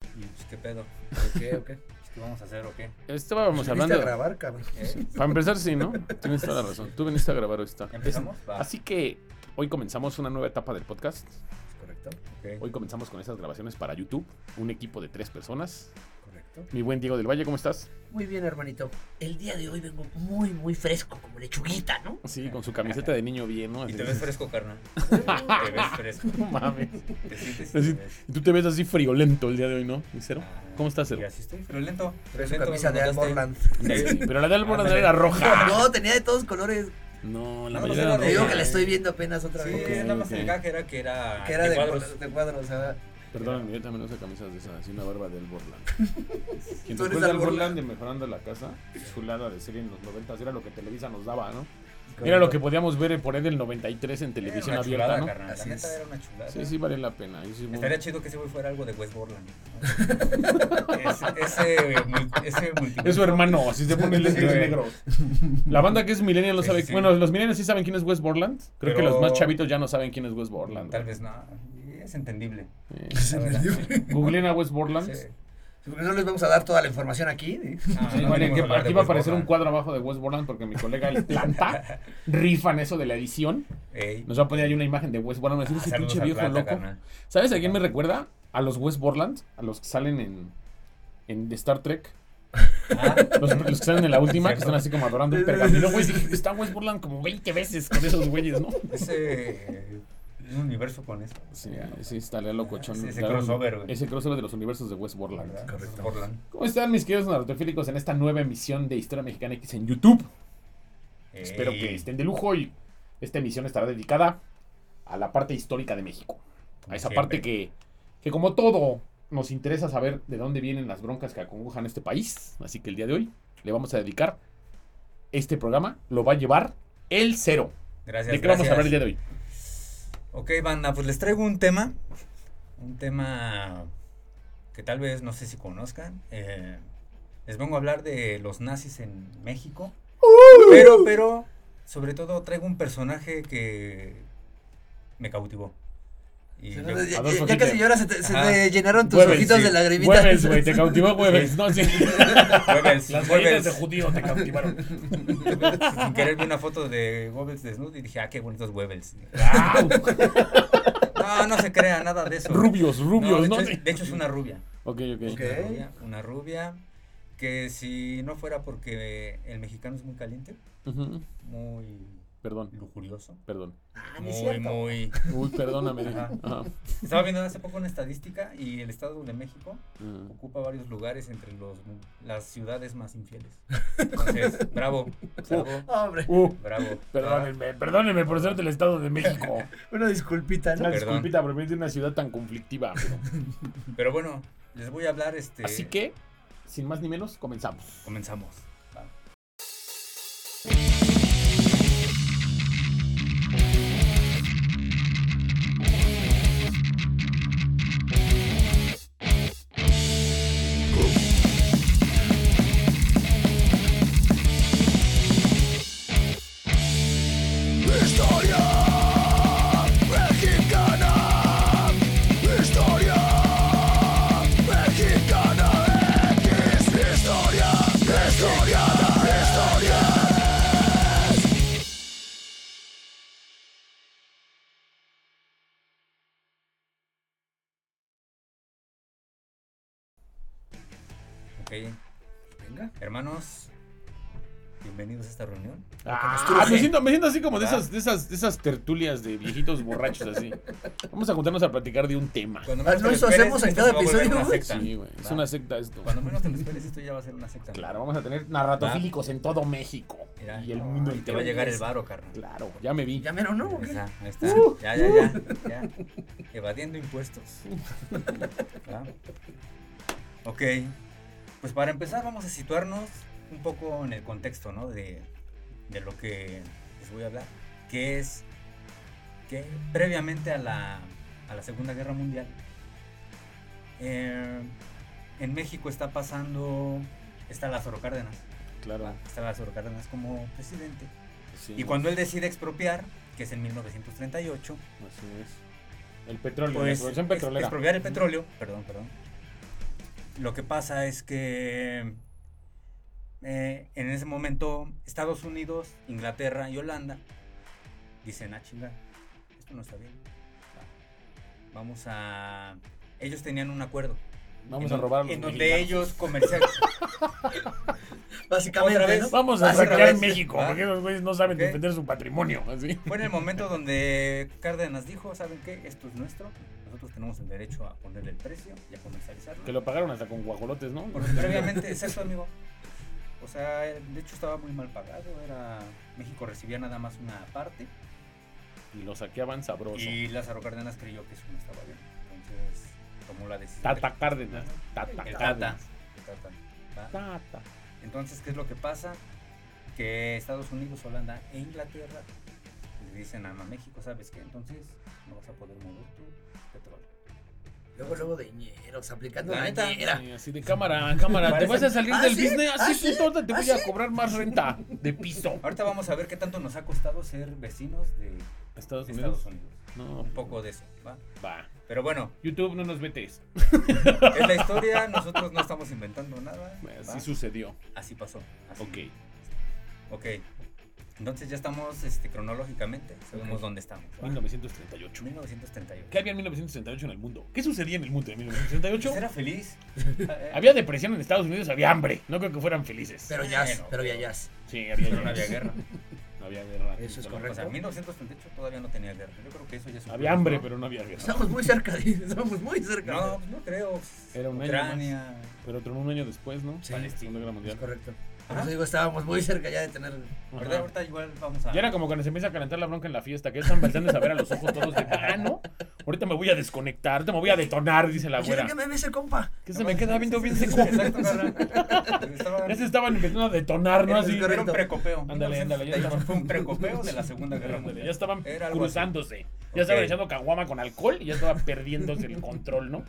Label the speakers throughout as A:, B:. A: pues, ¿qué pedo? ¿O qué? ¿O qué? ¿Qué vamos a hacer o qué?
B: Estábamos
C: Viniste
B: Pues hablando.
C: a grabar, cabrón.
A: ¿Eh?
B: Para empezar, sí, ¿no? Tienes toda la razón. Tú viniste a grabar hoy está.
A: ¿Ya ¿Empezamos? Va.
B: Así que hoy comenzamos una nueva etapa del podcast.
C: Correcto,
A: Ok,
B: Hoy comenzamos con esas grabaciones para YouTube. Un equipo de tres personas.
C: correcto.
B: Mi buen Diego del Valle, ¿cómo estás?
D: Muy bien, hermanito. El día de hoy vengo muy, muy fresco, como lechuguita, ¿no?
B: Sí, con su camiseta de niño bien, ¿no?
A: Y
B: Así-
A: te ves fresco, carnal. Te ves fresco.
B: No mames.
A: Te sientes.
B: Así-
A: te ves.
B: Y tú te ves así friolento el día de hoy, ¿no? ¿Y Cero? ¿Cómo estás, Cero?
A: Y así estoy, pero lento.
C: Trae su
A: lento,
C: camisa
A: me
C: de
A: notaste.
C: Alborland.
A: Sí.
B: Pero la de Alborada era roja.
D: No, tenía de todos colores.
B: No, la
A: No,
B: mayoría
A: no,
B: era
A: no,
D: Te
B: roja.
D: digo que la estoy viendo apenas otra
A: Sí,
D: vez.
B: Ok,
A: nada más
B: ok.
A: el gag era que era.
C: Que era de
A: cuadros.
C: cuadros, de cuadros, o sea,
B: Perdón, yo también uso camisas de esas, así una barba de Alborland. Quien
C: Tú
B: después
C: eres
B: de
C: Alborland.
B: Alborland de Mejorando la Casa, chulada de serie en los 90, era lo que Televisa nos daba, ¿no? Era lo que podíamos ver eh, por ahí del 93 en
A: Era
B: televisión
A: una
B: abierta,
A: chulada,
B: ¿no?
A: carnal. La
C: Así
A: neta
C: es.
A: era una chulada.
B: Sí, sí, vale la pena. Yo sí, bueno,
A: Estaría chido que ese güey fuera algo de West Borland. Ese, ese, mul- ese multiverso.
B: Es su hermano, así se pone
A: Sí,
B: lentes
A: güey.
B: negros. La banda que es millennial no
A: Sí,
B: sabe.
A: sí.
B: Bueno, los millennials sí saben quién es Wes Borland. Creo que
A: Pero-
B: los más chavitos ya no saben quién es Wes Borland.
A: Tal vez no. Es entendible.
B: Eh,
A: la verdad.
B: googleen a Wes Borland.
A: Sí.
C: Porque no les vamos a dar toda la información aquí. ¿eh?
A: Ah,
B: Sí,
A: no
B: vale,
A: venimos
B: que
A: a hablar
B: aquí
A: de
B: va a
A: Wes
B: aparecer un
A: Borland.
B: cuadro abajo de Wes Borland porque mi colega el planta rifan eso de la edición.
A: Ey.
B: Nos va a poner ahí una imagen de Wes Borland. Me
A: Ah,
B: ese
A: saludos
B: pinche
A: al
B: viejo
A: Plata,
B: loco.
A: carnal.
B: ¿Sabes a quién me recuerda? A los Wes Borland, a los que salen en, en Star Trek.
A: Ah,
B: Los, los que salen en la última, que
A: Cierto.
B: están así como adorando un pergamino, güey. Dije, Está Wes Borland como 20 veces con esos güeyes, ¿no?
A: ese eh, un universo con eso.
B: Sí, sí, estaría locochón.
A: Ese- ese
B: Claro,
A: crossover, güey.
B: Ese crossover de los universos de Wes
A: ¿verdad?
B: Borland.
C: Correcto.
A: Portland.
B: ¿Cómo están mis queridos narratofílicos en esta nueva emisión de Historia Mexicana X en YouTube?
A: Ey.
B: Espero que estén de lujo y esta emisión estará dedicada a la parte histórica de México. A
A: Como
B: esa
A: siempre.
B: parte que, que como todo, nos interesa saber de dónde vienen las broncas que acongujan este país. Así que el día de hoy le vamos a dedicar este programa. Lo va a llevar el cero.
A: Gracias.
B: ¿De qué vamos a
A: gracias.
B: hablar el día de hoy?
A: Ok, banda, pues les traigo un tema. Un tema que tal vez no sé si conozcan. eh, les vengo a hablar de los nazis en México. Pero, pero, sobre todo traigo un personaje que me cautivó. Y
C: Ya,
A: yo-
C: ya- ya
B: Adolfo
C: casi
B: Hitler.
C: lloras, se te, se
A: Ajá.
C: te llenaron tus
B: Hueves,
C: ojitos
B: sí.
C: de lagrimitas.
B: Hueves, güey, te cautivó Hueves. No, sí.
A: Goebbels, Goebbels.
B: Las galletas de judío te cautivaron.
A: Sin querer vi una foto de Goebbels desnudo y dije, ah, qué bonitos Goebbels.
B: ¡Au!
A: No, no se crea nada de eso.
B: rubios,
A: No,
B: rubios,
A: de,
B: ¿no?
A: hecho, es- de hecho es una rubia.
B: Ok, ok.
C: Ok.
A: Una rubia, una rubia que si no fuera porque el mexicano es muy caliente,
B: Ujú.
A: muy
B: Perdón,
A: lujurioso,
B: perdón.
C: Ah, no es
A: muy,
C: cierto.
A: muy...
B: Uy, perdóname. dije.
A: Ajá.
B: Ajá.
A: Estaba viendo hace poco una estadística y el Estado de México
B: Mm.
A: ocupa varios lugares entre los, las ciudades más infieles. Entonces, bravo, bravo,
C: Hombre,
B: Uh,
A: bravo.
B: perdónenme, perdónenme por ser del Estado de México.
C: una disculpita,
B: Una
C: ¿no?
A: Perdón.
B: disculpita por venir de una ciudad tan conflictiva. pero-
A: Pero bueno, les voy a hablar este...
B: Así que, sin más ni menos, comenzamos.
A: Comenzamos. Va. Ok,
C: Venga.
A: hermanos, bienvenidos a esta reunión.
B: Ah, me, siento, me siento así como de
A: ¿Verdad?
B: esas, de, esas, de esas tertulias de viejitos borrachos así. Vamos a juntarnos a platicar de un tema.
A: Cuando
C: Ah, ¿no
A: te lo
C: eso
A: esperes,
C: hacemos en
A: esto
C: cada
A: se va a volver
C: episodio,
A: una
C: güey?
A: secta.
B: Sí, güey. Es
A: Va.
B: una secta esto.
A: Cuando menos te lo esperes, esto ya va a ser una secta.
B: Claro, vamos a tener narratofílicos en todo México.
A: Mira,
B: y el mundo
A: y te
B: entero.
A: va a llegar el varo, carnal.
B: Claro, ya me vi.
C: Ya mero, ¿no? ¿O
A: Ahí
C: qué?
A: está, ahí está. ya, ya, ya, ya. Evadiendo impuestos. ¿Va? Ok. Pues para empezar vamos a situarnos un poco en el contexto, ¿no? De, de lo que les voy a hablar. Que es que previamente a la, a la Segunda Guerra Mundial, eh, en México está pasando, está Lázaro Cárdenas.
B: Claro.
A: Está Lázaro Cárdenas como presidente.
B: sí.
A: Y cuando él decide expropiar, que es en 1938,
B: Así es. El petróleo,
A: pues
B: la producción
A: ex-
B: petrolera.
A: expropiar el petróleo, perdón, perdón, lo que pasa es que eh, en ese momento Estados Unidos, Inglaterra y Holanda dicen, ah, chinga, esto no está bien. Vamos a... Ellos tenían un acuerdo.
B: Vamos
A: en
B: a
A: don-
B: robar a los
A: En donde
B: mexicanos.
A: ellos comercial...
C: Básicamente,
A: Otra vez.
C: ¿no?
B: Vamos a
A: Otra
B: saquear
A: vez,
B: México,
A: ¿va?
B: porque los güeyes no saben
A: Ok.
B: defender su patrimonio. Así.
A: Fue en el momento donde Cárdenas dijo, ¿saben qué? Esto es nuestro. Nosotros tenemos el derecho a ponerle el precio y a comercializarlo.
B: Que lo pagaron hasta con guajolotes, ¿no?
A: Porque previamente, exacto, amigo. O sea, de hecho estaba muy mal pagado. Era México recibía nada más una parte
B: Y lo saqueaban sabroso.
A: y Lázaro Cárdenas creyó que eso no estaba bien. Entonces tomó la decisión.
B: Tata Cárdenas. Tata
A: El Tata.
B: Cárdenas.
A: El Tata, ¿va?
B: Tata.
A: Entonces, ¿qué es lo que pasa? Que Estados Unidos, Holanda e Inglaterra le dicen a México, ¿sabes qué? Entonces no vas a poder mover tu petróleo.
D: Luego, luego de ñeros, aplicando
A: La
D: la
A: neta.
D: ñera.
B: Sí, así de cámara, cámara. Te
A: Parece-
B: vas a salir
C: ¿Ah,
B: del
C: sí?
B: business.
C: ¿Ah,
B: Así
C: sí?
B: tú te voy a cobrar más renta de piso.
A: Ahorita vamos a ver qué tanto nos ha costado ser vecinos de
B: Estados Unidos.
A: Estados Unidos.
B: No.
A: Un poco de eso, ¿va?
B: Va.
A: Pero bueno,
B: YouTube, no nos metes.
A: es la historia, nosotros no estamos inventando nada.
B: Así
A: ¿va?
B: sucedió.
A: Así pasó. así.
B: Ok.
A: Ok. Entonces ya estamos este, cronológicamente, sabemos
B: Ok.
A: dónde estamos. ¿va?
B: 1938.
A: 1938.
B: ¿Qué había en 1938 en el mundo? ¿Qué sucedía en el mundo en 1938?
A: ¿Era feliz? Eh,
B: Había depresión en Estados Unidos, había hambre. No creo que fueran felices.
D: Pero jazz, pero ya jazz.
B: sí, había
A: Pero no había guerra.
B: No había guerra.
C: Eso es
B: Solo-
A: O sea,
C: correcto.
A: en 1938 todavía no tenía guerra. Yo creo que eso ya es un
B: Había
A: plus,
B: hambre,
A: ¿no?
B: pero no había guerra.
D: Estamos muy cerca, de- estamos muy cerca.
A: No, pues no creo.
B: Era un año
A: Ucrania.
B: Pero tronó un año después, ¿no?
C: Sí,
B: La Segunda Guerra
C: es
B: Mundial.
C: correcto. Por
A: Ajá.
C: eso digo, estábamos muy cerca ya de tener.
B: Ajá.
A: ¿Verdad? Ahorita igual vamos a.
B: Y era como cuando se empieza a calentar la bronca en la fiesta, que están pensando a ver a los ojos todos de ah, no. Ahorita me voy a desconectar, ahorita me voy a detonar, dice la
D: Yo creo
B: güera.
D: que me ve ese compa.
B: Que se me queda viendo bien seco.
A: Exacto, carnal. Estaba-
B: Ya se estaban empezando a detonar, ¿no?
A: Era,
B: Así.
A: era un precopeo.
B: Ándale, ándale,
A: 1938
B: ya estaba-
A: Fue un precopeo de la Segunda Guerra
B: Ándale,
A: Mundial.
B: Ya estaban
A: Era algo así.
B: cruzándose. Ya estaban
A: Ok.
B: echando caguama con alcohol y ya estaba perdiéndose el control, ¿no?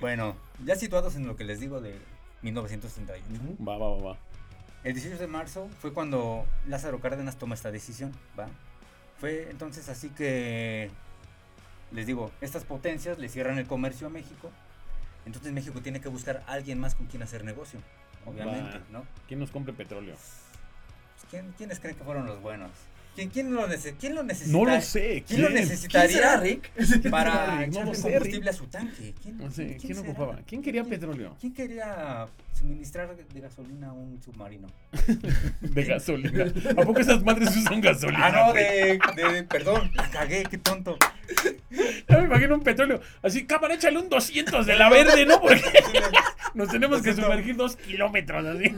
A: Bueno, ya situados en lo que les digo de 1938.
B: Va, va, va, va.
A: El 18 de marzo fue cuando Lázaro Cárdenas toma esta decisión, ¿va? Fue entonces así que, les digo, estas potencias le cierran el comercio a México. Entonces México tiene que buscar a alguien más con quien hacer negocio, obviamente,
B: Va.
A: ¿no?
B: ¿Quién nos compre petróleo?
A: Pues, ¿quién- ¿Quiénes creen que fueron los buenos? ¿Quién, quién, lo, nece- quién lo necesita?
B: No lo sé.
A: ¿Quién lo
C: ¿Quién
A: necesitaría
C: será, Rick?
B: será,
A: para
B: Rick? No lo
A: echarle
B: sé, Rick.
A: combustible a su tanque? ¿Quién,
B: No sé, ¿quién
A: será?
B: ocupaba? ¿Quién quería petróleo?
A: ¿Quién quería suministrar de gasolina a un submarino?
B: De gasolina. ¿A poco esas madres usan gasolina?
A: Ah, no,
B: güey?
A: de, de- Perdón, la cagué, qué tonto.
B: Ya me imagino un petróleo. Así, cámara, échale un 200 de la verde, ¿no? Porque nos tenemos que
A: 200.
B: sumergir dos kilómetros así.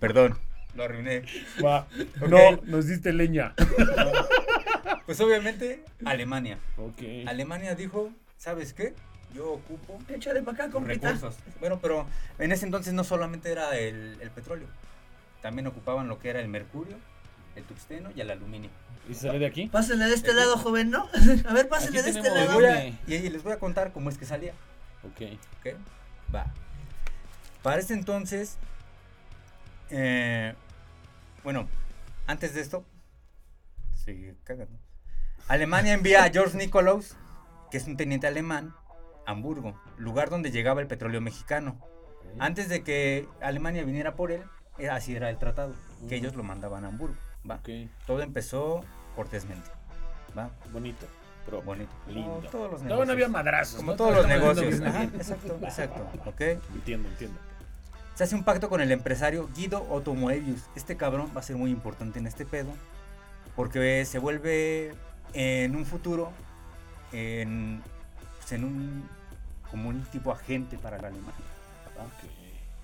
A: Perdón, lo arruiné.
B: Va.
A: Ok.
B: No, nos diste leña.
A: Pues obviamente, Alemania.
B: Ok.
A: Alemania dijo, ¿sabes qué? Yo ocupo
D: Échale para acá, compita.
A: recursos. Bueno, pero en ese entonces no solamente era el, el petróleo. También ocupaban lo que era el mercurio, el tungsteno y el aluminio.
B: ¿Y se sale de aquí?
D: Pásenle de este
A: Aquí.
D: lado, joven, ¿no? A ver, pásenle
B: Aquí
D: de este
B: tenemos
A: Les
D: lado.
A: voy a-
B: Dame.
A: y y les voy a contar cómo es que salía.
B: Ok.
A: ¿Ok? Va. Para este entonces, eh, bueno, antes de esto, sí, caga, ¿no? Alemania envía a George Nikolaus, que es un teniente alemán, a Hamburgo, lugar donde llegaba el petróleo mexicano. Antes de que Alemania viniera por él, eh, así era el tratado, que ellos lo mandaban a Hamburgo. ¿va?
B: Ok.
A: Todo empezó cortésmente. ¿va?
B: Bonito. Pro.
A: Bonito.
B: Lindo.
A: Como todos los
B: Todavía no había
A: negocios.
B: madrazos.
A: Como
B: ¿no?
A: todos los
B: Estaba haciendo
A: negocios.
B: business.
A: Ajá, exacto, exacto. ¿ok?
B: Entiendo, entiendo.
A: Se hace un pacto con el empresario Guido Otto Moebius. Este cabrón va a ser muy importante en este pedo. Porque se vuelve en un futuro. En, pues, en un. Como un tipo agente para la Alemania.
B: Ok.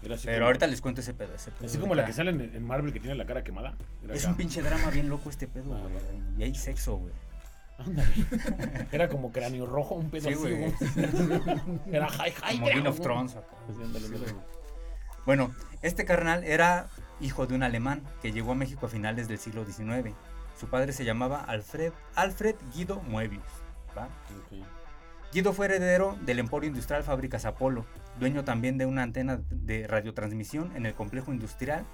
B: Era así
A: Pero
B: como-
A: ahorita les cuento ese pedo. ese pedo
B: Así como la que
A: ahorita.
B: sale en, en Marvel que tiene la cara quemada. Era
A: Es
B: acá.
A: un pinche drama bien loco este pedo,
B: Ah,
A: güey. Y hay sexo, güey.
B: Ándale. Era como cráneo rojo, un pedo
A: Sí,
B: así.
A: güey.
B: güey. Era high, high.
A: Como Game of Thrones. acá.
B: Pues
A: Bueno, este carnal era hijo de un alemán que llegó a México a finales del siglo XIX. Su padre se llamaba Alfred, Alfred Guido Moebius. ¿va? Guido fue heredero del emporio industrial Fábricas Apolo, dueño también de una antena de radiotransmisión en el complejo industrial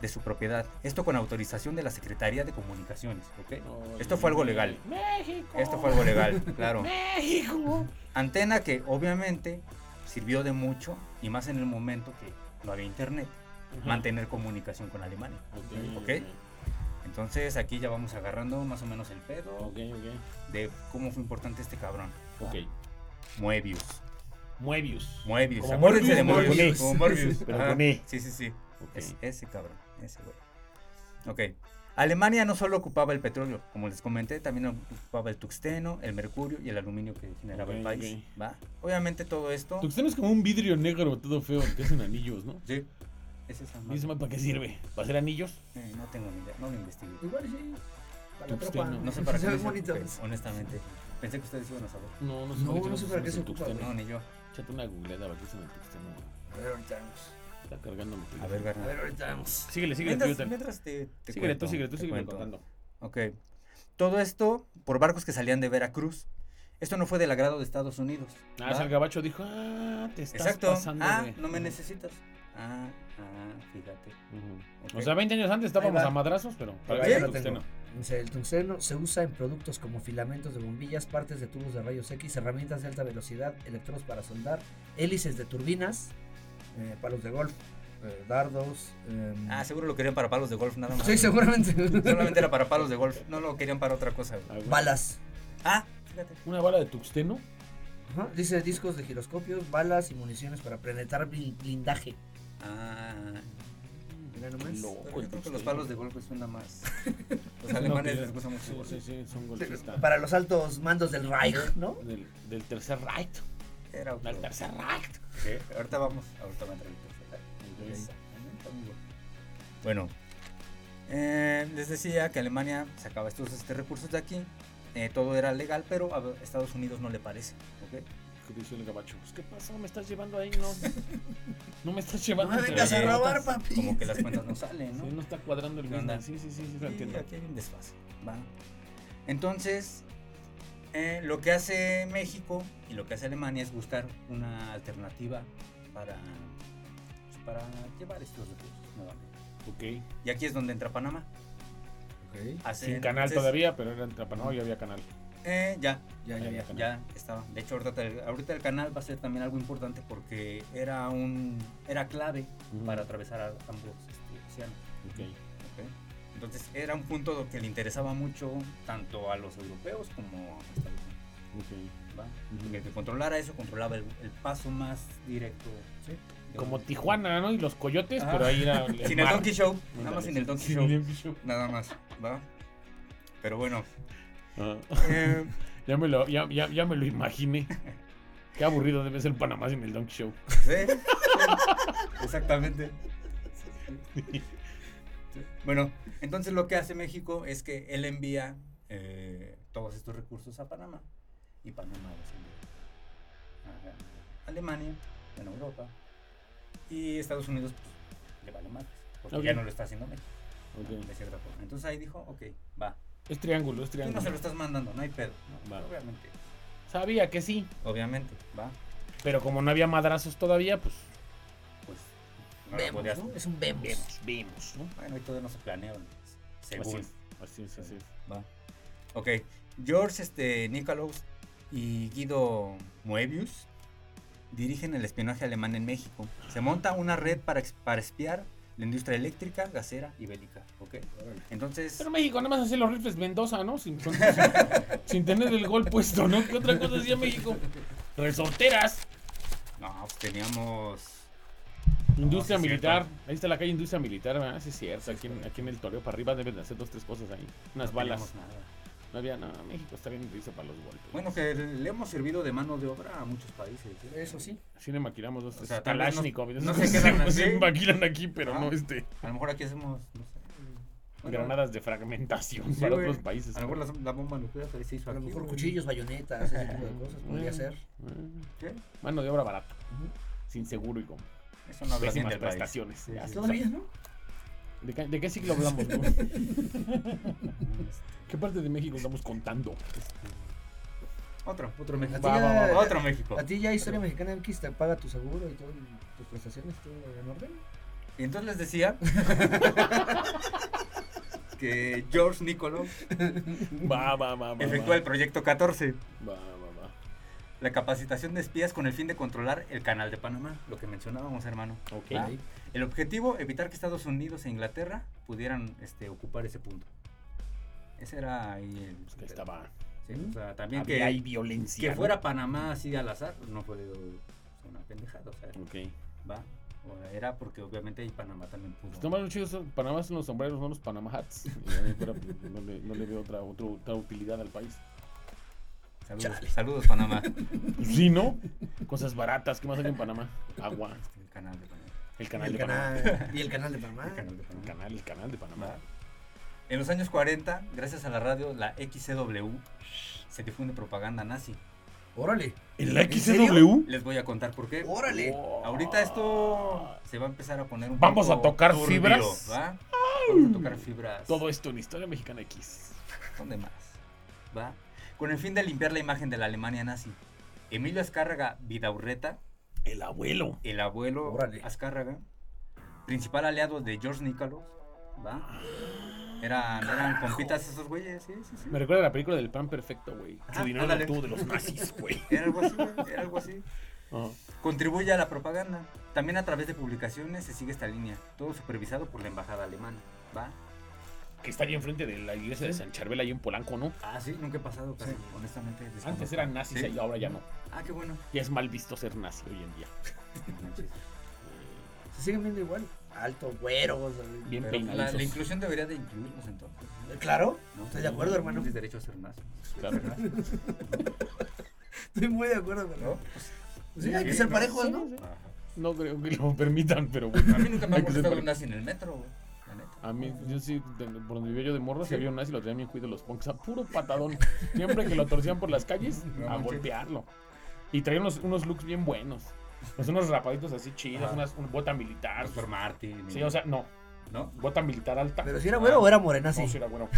A: de su propiedad. Esto con autorización de la Secretaría de Comunicaciones. ¿ok? Esto fue algo legal.
B: México.
A: Esto fue algo legal, claro.
B: México.
A: Antena que obviamente sirvió de mucho, y más en el momento que no había internet,
B: Ujú.
A: mantener comunicación con Alemania.
B: Ok,
A: Ok. Entonces aquí ya vamos agarrando más o menos el pedo
B: ok, ok.
A: de cómo fue importante este cabrón.
B: Ok.
A: Moebius.
B: Moebius.
A: Moebius.
B: Como
A: acuérdense de
B: Morbius,
A: Morbius,
B: Morbius.
A: Como Morbius.
B: Pero
A: Ajá.
B: con E.
A: Sí, sí, sí.
B: Ok.
A: Es- ese cabrón, ese güey. Ok. Alemania no solo ocupaba el petróleo, como les comenté, también ocupaba el tuxteno, el mercurio y el aluminio que generaba el
B: Ok,
A: país. ¿va? Obviamente todo esto.
B: Tuxteno es como un vidrio negro todo feo que hacen anillos, ¿no?
A: Sí. Es esa
B: ¿Y ese
A: madre.
B: man para qué sirve? ¿Para hacer anillos?
A: Eh, no tengo ni idea, no lo investigué.
C: Igual sí. Para la
B: Tuxteno.
C: tropa.
A: No sé para
C: Se
A: qué.
C: ve
A: lo hice,
C: bonito.
A: porque, honestamente. Pensé que ustedes iban a saber.
B: No, no
C: No,
B: para
C: no sé
B: se
C: para qué
B: usa
C: se
B: el
C: ocupa,
B: tuxteno.
A: No, ni yo.
B: Échate una googleada para qué usan el tuxteno. güey.
C: A ver, ahorita vamos.
B: Está cargando mi
A: A ver,
B: teléfono.
C: A
A: Bernardo.
C: ver, ahorita vamos.
B: Síguele, síguele, tú,
A: Mientras,
B: yo te-
A: mientras te, te
B: síguele tú,
A: cuento,
B: síguele tú,
A: te
B: síguele
A: cuento.
B: contando.
A: Ok. Todo esto por barcos que salían de Veracruz. Esto no fue del agrado de Estados Unidos.
B: Ah,
A: ¿va?
B: es el gabacho dijo, ah, te estás
A: Exacto.
B: pasando
A: ah,
B: de-
A: no me
B: Ujú.
A: necesitas. Ah, ah, fíjate.
B: Ujú.
A: Ok.
B: O sea, 20 años antes estábamos
C: Ahí va.
B: a madrazos, pero
C: Ahí
B: para
C: va,
B: que
C: ya
B: sea
C: lo tengo.
B: tuxteno.
C: Dice, El tuxeno se usa en productos como filamentos de bombillas, partes de tubos de rayos X, herramientas de alta velocidad, electrodos para soldar, hélices de turbinas, eh, palos de golf, eh, dardos. em,
A: ah, seguro lo querían para palos de golf, nada más.
C: sí, seguramente.
A: Solamente era para palos de golf. No lo querían para otra cosa.
B: Ah,
A: güey.
B: güey.
C: Balas.
A: Ah, fíjate.
B: Una bala de tuxteno.
C: Ajá, Dice discos de giroscopios, balas y municiones para penetrar blin- blindaje.
A: Ah,
C: Mira nomás.
B: Loco,
A: pero yo creo
B: el
A: que
B: tuxteno.
A: los palos de golf suena más. Los
B: No,
A: alemanes
B: que-
A: les gusta mucho. el
B: Sí,
A: golf.
B: sí, sí, son golfistas.
C: Para los altos mandos del Reich, ¿no?
B: Del, del tercer right.
A: Era otro.
B: Del tercer right.
A: Ok, Ahorita vamos. Ahorita va a entrar el tercer. Exactamente, amigo. Bueno, eh, les decía que Alemania sacaba estos este, recursos de aquí. eh, todo era legal, pero a Estados Unidos no le parece. ¿ok?
B: ¿Qué dice el gabacho? Pues, ¿Qué pasó? ¿Me estás llevando ahí? No. No me estás llevando.
C: No me
B: entre
C: vengas
B: las
C: a robar,
B: patas.
C: papi.
A: Como que las cuentas no salen, ¿no?
B: Sí, no está cuadrando el
A: ¿Qué onda?
B: business. Sí, sí, sí, sí, lo
A: Sí,
B: entiendo.
A: aquí hay un desfase. ¿va? Entonces, eh, lo que hace México y lo que hace Alemania es buscar una alternativa para, pues, para llevar estos recursos nuevamente.
B: Ok.
A: Y aquí es donde entra Panamá. Hacen-
B: Sin canal
A: entonces,
B: todavía, pero era en Trapanao y había canal.
A: eh, ya,
C: Ya, ya, ya.
A: ya estaba. De hecho, ahorita, te- ahorita el canal va a ser también algo importante porque era un era clave para atravesar a ambos este, océanos.
B: Ok.
A: ¿ok? Entonces era un punto que le interesaba mucho tanto a los europeos como a Estados Unidos.
B: ok.
A: ¿va? Porque el que controlara eso controlaba el, el paso más directo. de-
B: Como Tijuana, ¿no? Y los coyotes,
A: Ajá.
B: pero ahí era. el
A: Sin el
B: mar.
A: Donkey Show. Nada
B: Ándale,
A: más sin
B: sí,
A: el Donkey
B: sin
A: Show.
B: el Donkey Show.
A: Nada más. ¿va? Pero bueno.
B: Ah,
A: eh,
B: ya, me lo, ya, ya, ya me lo imaginé. Qué aburrido debe ser Panamá sin el Donkey Show.
A: Sí, sí, exactamente. Bueno, entonces lo que hace México es que él envía eh, todos estos recursos a Panamá y Panamá los envía a Alemania, bueno, Europa y Estados Unidos pues, le vale más porque
B: Ok.
A: ya no lo está haciendo México
B: Ok.
A: de cierta forma. Entonces ahí dijo, ok, va,
B: Es triángulo, es
A: tú no
B: triángulo.
A: se lo estás mandando, no hay pedo, ¿no?
B: Va.
A: obviamente,
B: Sabía que sí,
A: obviamente, va,
B: pero como no había madrazos todavía, pues
A: pues no lo
D: Vemos,
A: podías-
D: ¿no? Es un vemos.
B: vemos, vemos, ¿no?
A: Bueno, y todo no se planea, ¿no?
C: Pues
B: Así
A: según.
B: es, así es, así es.
A: Va. Ok, George este, Nicholaus y Guido Moebius dirigen el espionaje alemán en México. Se monta una red para, ex- para espiar la industria eléctrica, gasera y bélica. Ok, entonces,
B: Pero México nada más hacía los rifles Mendoza, ¿no? Sin, con- sin- sin tener el gol puesto, ¿no? ¿Qué otra cosa hacía México? Resorteras,
A: no, pues teníamos.
B: industria
A: sí es
B: militar.
A: cierto.
B: Ahí está la calle industria militar, ¿verdad? Sí, es cierto. Aquí en, aquí en el toreo para arriba deben de hacer dos, tres cosas ahí. Unas
A: no
B: balas.
A: teníamos nada.
B: No había nada. México está bien listo para los golpes.
A: Bueno, que le hemos servido de mano de obra a muchos países. ¿eh?
C: Eso sí.
B: Así le maquilamos dos,
A: O
B: tres.
A: sea, tal vez no-
B: Kalashnikov.
A: no se quedan así.
B: Se maquilan aquí, pero
A: Ah.
B: no este.
A: A lo mejor aquí hacemos, no sé. bueno,
B: Granadas de fragmentación
A: sí,
B: para
A: güey.
B: otros países.
A: A lo mejor la, la bomba nuclear se hizo
C: A lo
A: aquí,
C: mejor
A: güey.
C: cuchillos, bayonetas, ese tipo de cosas podría
B: Mm.
C: ser.
A: ¿Qué?
B: Mano de obra barata, sin seguro y con
A: Eso no
C: Pues
A: habla bien
B: pésimas
A: del país.
B: prestaciones.
A: Sí,
B: Ya
A: sí.
B: se sabe.
C: Todavía, ¿no?
B: ¿De, qué- de qué siglo hablamos? no? ¿Qué parte de México estamos contando?
A: Otro, otro
C: A
A: México.
C: ti
B: Va, va,
C: ya-
B: va,
A: Otro México.
C: A ti ya Historia Mexicana MX te paga tu seguro y todo, y tus prestaciones, todo en orden.
A: Y entonces les decía que George Nicoló
B: Va, va, va, va.
A: efectúa el
B: va.
A: proyecto 14,
B: Va, va, va.
A: la capacitación de espías con el fin de controlar el canal de Panamá, lo que mencionábamos, hermano.
B: Ok.
A: Ah. El objetivo, evitar que Estados Unidos e Inglaterra pudieran este, ocupar ese punto. Ese era ahí el...
B: Pues que estaba.
A: Sí, o sea, también
B: había
A: que,
B: ahí violencia.
A: que
B: ¿no?
A: fuera Panamá así al azar, no fue una pendejada, o sea,
B: Ok.
A: va. O sea, Era porque obviamente ahí Panamá también pudo.
B: Pues nomás los chidos son- Panamá son los sombreros, no los Panamá hats. Y la neta, pues, no, le, no le veo otra, otro- otra utilidad al país.
A: Saludos,
D: Chale.
A: saludos, Panamá.
B: Sí, ¿no? Cosas baratas. ¿Qué más hay en Panamá? Agua.
A: Este, el canal de Panamá.
B: El
C: Y
B: canal
C: el
B: de Panamá.
C: canal, y el canal de Panamá.
A: El canal de
B: El
A: Panamá.
B: canal, el canal de Panamá.
A: Va. En los años 40, gracias a la radio, la XCW se difunde propaganda nazi.
C: Órale.
B: ¿El
C: ¿En serio?
B: XW?
A: Les voy a contar por qué.
C: Órale.
B: Oh.
A: Ahorita
B: Ah,
A: esto se va a empezar a poner un
B: Vamos
A: poco
B: a tocar
A: turbio,
B: fibras.
A: ¿va? Vamos a tocar fibras.
B: Todo esto en Historia Mexicana X.
A: ¿Dónde más? ¿Va? Con el fin de limpiar la imagen de la Alemania nazi. Emilio Azcárraga Vidaurreta,
B: El abuelo.
A: el abuelo
C: Órale.
A: Azcárraga, principal aliado de George Nicholas, ¿va? Eran, eran compitas esos güeyes, sí, sí, sí.
B: Me recuerda a la película del pan perfecto, güey.
A: Ah,
B: Tu dinero
A: ándale.
B: lo tuvo de los nazis, güey.
A: Era algo así, güey, era algo así.
B: Ajá.
A: Contribuye a la propaganda. También a través de publicaciones se sigue esta línea, todo supervisado por la embajada alemana, ¿va?
B: Que está ahí enfrente de la iglesia de San Charbel, ahí en Polanco, ¿no?
A: Ah, sí, nunca he pasado, casi, honestamente.
B: Antes
A: desconozco.
B: eran nazis
A: Sí.
B: y ahora ya no.
A: Ah, qué bueno.
B: Ya es mal visto ser nazi hoy en día.
A: No manches.
C: Se siguen viendo igual. Alto, güeros.
A: Pero
B: Bien
A: la,
B: peinaditos.
A: la inclusión debería de incluirnos entonces.
C: Claro.
A: ¿no?
C: Estoy de acuerdo, hermano.
A: Tienes derecho a ser nazi.
B: Claro.
C: Estoy muy de acuerdo, güey.
A: ¿No?
C: Sí, hay que ser parejos, ¿no?
A: Ajá.
B: No creo que lo permitan, pero bueno.
A: A mí nunca me ha
B: Hay que ser
A: gustado
B: pare-
A: un nazi en el metro, güey, la neta.
B: A mí, yo sí, de- por donde vivía yo de morro,
A: Sí.
B: si había un nazi, lo tenían bien cuido los punks a puro patadón. Siempre que lo torcían por las calles,
A: No
B: a
A: manches.
B: golpearlo. Y traían unos, unos looks bien buenos. O sea, unos rapaditos así chidos,
A: Ajá.
B: unas, una bota militar.
A: Doctor Martin.
B: Sí, o sea, no,
A: ¿No?
B: bota militar alta.
C: Pero si era güero o era morena,
B: No,
C: sí.
B: sí era bueno.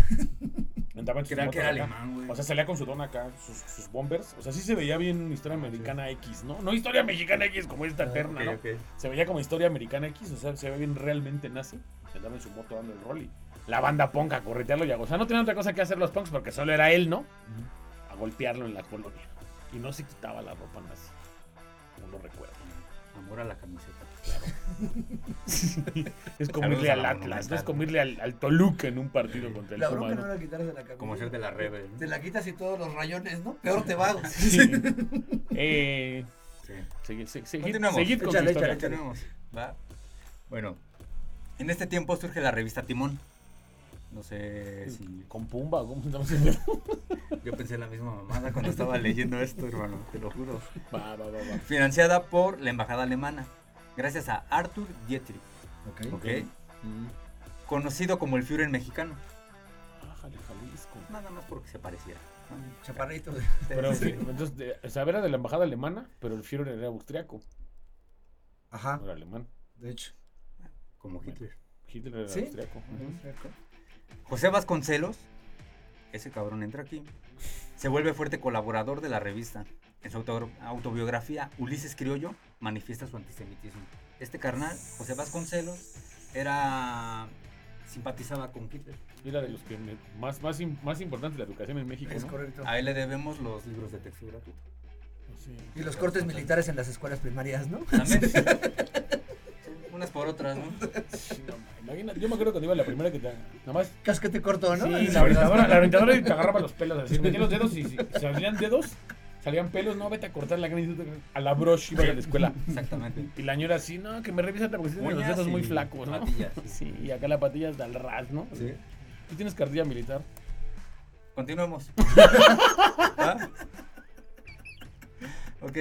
B: Andaba en
A: Que
B: sus
A: era, que
B: motos
A: era
B: acá.
A: alemán, güey.
B: O sea, salía con su don acá, sus, sus bombers. O sea, Ah, sí Ah, se veía bien historia americana X, ¿no? No historia mexicana X como esta eterna,
A: Ok,
B: ¿no?
A: ok.
B: Se veía como historia americana X, o sea, se ve bien realmente nazi. Andaba en su moto dando el rol y la banda punk a corretearlo y a gozar. No tenían otra cosa que hacer los punks porque solo era él, ¿no? A golpearlo en la colonia. Y no se quitaba la ropa nazi. No lo recuerdo.
A: Amor a la camiseta.
B: es como irle
A: a
B: al
A: la
B: Atlas,
A: Monumental.
B: ¿no? es como irle al, al Toluca en un partido contra el
C: La
B: Puma,
C: bronca
B: ¿no?
C: no era quitarse la camisa.
A: Como ser de la Rebel. ¿no?
C: Te la quitas y todos los rayones, ¿no? Peor te va. güey.
B: Sí. Eh,
A: Sí.
B: seguid, seguid- seguid-
A: Continuamos.
B: seguid con su
C: Échale,
B: historia.
C: échale,
A: Continuamos, ¿va? Bueno, en este tiempo surge la revista Timón. No sé si.
B: Con Pumba, ¿cómo estamos haciendo?
A: Yo pensé la misma mamada cuando estaba leyendo esto, hermano, te lo juro.
B: Va, va, va, va.
A: Financiada por la embajada alemana, gracias a Arthur Dietrich,
C: Ok.
A: ¿ok?
C: Mm.
A: Conocido como el Führer mexicano,
B: Ájale, Jalisco.
A: nada más porque se pareciera. ¿no?
C: Chaparrito.
B: Pero,
A: Sí.
B: entonces, de- o sea, era de la embajada alemana, pero el Führer era austriaco,
C: Ajá,
B: no era alemán.
C: de hecho.
A: Como Hitler.
B: Hitler era
C: ¿Sí?
B: austriaco.
A: José Vasconcelos, ese cabrón entra aquí, se vuelve fuerte colaborador de la revista. En su auto- autobiografía, Ulises Criollo manifiesta su antisemitismo. Este carnal, José Vasconcelos, era simpatizaba con Hitler.
B: Era de los que me- más, más, im- más importante la educación en México.
C: Es
B: ¿no?
C: correcto.
A: A él le debemos los libros de textura.
B: Sí.
C: Y los cortes militares en las escuelas primarias, ¿no?
A: También. Unas por otras, ¿no?
B: Sí, no, imagínate, yo me acuerdo cuando iba la primera que te. Nada más.
C: Casquete corto, ¿no?
B: Sí, la orientadora, la orientadora te agarraba los pelos así. Metía los dedos y si salían dedos, salían pelos. No, vete a cortar la gran A la broche iba a la escuela.
A: Exactamente.
B: Y la señora así, no, que me revisan porque tienen los
A: Uñas
B: dedos muy
A: y
B: flacos, ¿no?
A: patillas,
B: Sí, y acá la patilla hasta el ras, ¿no?
A: Sí.
B: Tú tienes cartilla militar.
A: Continuemos. ¿Ah? Ok.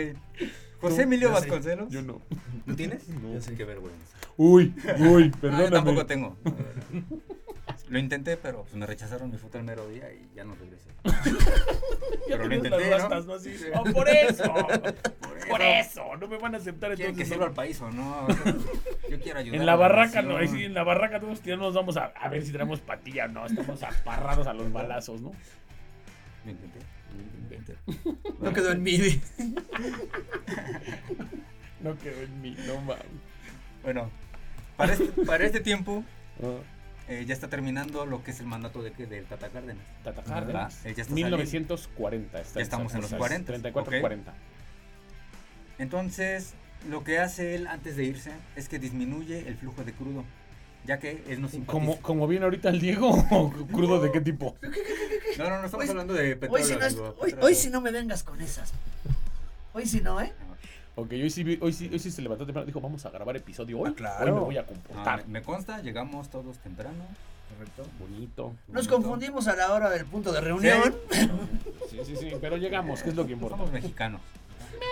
A: José Emilio
C: yo sí.
A: Vasconcelos.
B: Yo no.
A: ¿Tú tienes?
B: No.
C: Yo sí.
A: Qué vergüenza.
B: Uy,
A: Ah,
B: uy,
A: yo
B: perdóname.
A: tampoco tengo. Lo intenté, pero pues, me rechazaron mi foto el mero día y ya no regresé.
B: Ya
A: Pero lo
B: tenías
A: intenté,
B: las
A: ¿no?
B: rastas, ¿no? Así,
A: Sí.
B: "Oh, por eso.
A: Por
B: Por
A: eso.
B: eso. No me van a aceptar
A: ¿Quieren
B: entonces.
A: que
B: ¿no?
A: sirva al país o no? Yo quiero ayudar.
B: En
A: a
B: la barraca, no,
A: nación.
B: ahí sí, en la barraca todos tirados nos vamos a, a ver si tenemos patilla o no, estamos aparrados a los balazos, ¿no?
A: Lo intenté.
C: No quedó en mí.
B: No quedó en mí, no mames.
A: Bueno, para este, para este tiempo eh, ya está terminando lo que es el mandato de, del Tata Cárdenas.
B: Tata
A: Ah,
B: Cárdenas,
A: él ya está
B: 1940. está
A: Ya estamos en los
B: esas cosas,
A: 40,
B: 34,
A: ok.
B: 40.
A: Entonces, lo que hace él antes de irse es que disminuye el flujo de crudo, ya que él nos
B: Como, como viene ahorita el Diego, crudo de qué tipo.
A: No, no, no estamos
D: Hoy-
A: hablando de petróleo.
D: Hoy si, no es-
A: amigo,
D: hoy,
A: petróleo.
D: hoy si no me vengas con esas. Hoy si no, ¿eh?
B: Ok, hoy sí, vi- hoy sí, hoy sí se levantó temprano. Dijo, vamos a grabar episodio hoy.
C: Ah, claro.
B: Hoy me voy a
A: Ah,
B: comportar.
A: me- me consta, llegamos todos temprano.
C: Correcto.
B: Bonito.
D: Nos
A: bonito.
D: confundimos a la hora del punto de reunión.
B: Sí, sí, sí. Pero llegamos, que es lo que importa.
A: Somos mexicanos.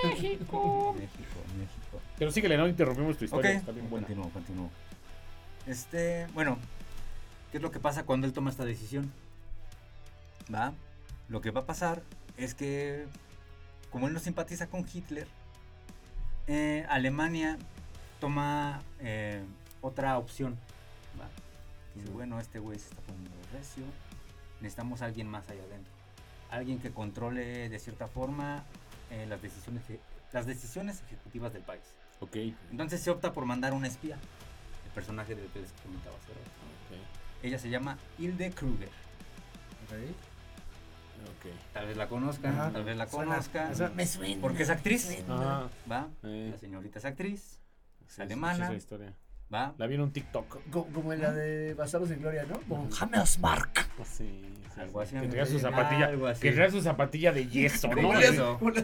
A: México. México, México.
B: Pero síguele, no interrumpimos
A: Ok,
B: tu historia. Está bien buena.
A: continúo, continúo. Este, bueno, ¿qué es lo que pasa cuando él toma esta decisión? ¿Va? Lo que va a pasar es que, como él no simpatiza con Hitler, eh, Alemania toma eh, otra opción. ¿va? Dice, bueno, este güey se está poniendo recio, necesitamos a alguien más allá adentro. Alguien que controle de cierta forma eh, las, decisiones, eje- las decisiones ejecutivas del país.
B: Ok.
A: Entonces se opta por mandar una espía. El personaje del que les comentaba hace rato.
B: Ok.
A: Ella se llama Hilde Kruger.
C: Ok.
B: Ok.
A: Tal vez la conozcan,
C: Ajá.
A: tal vez la
C: Suena-
A: conozcan.
C: suena-
D: Me suena.
A: Porque es actriz.
D: me suena.
B: Ah,
A: Va,
B: eh,
A: la señorita es actriz.
B: sí,
A: alemana.
B: sí, esa historia.
A: Va,
B: La vi en un TikTok.
C: Co- Como en la de Basaros en Gloria, ¿no?
D: Con Hammersmark.
B: Ah, Sí, sí,
A: algo
B: sí.
A: así.
B: Que traía su
A: amigo.
B: zapatilla.
A: Algo así.
B: Que traía su zapatilla de yeso,
A: De
B: ¿no?
A: yeso,
B: Sí,
A: Sí,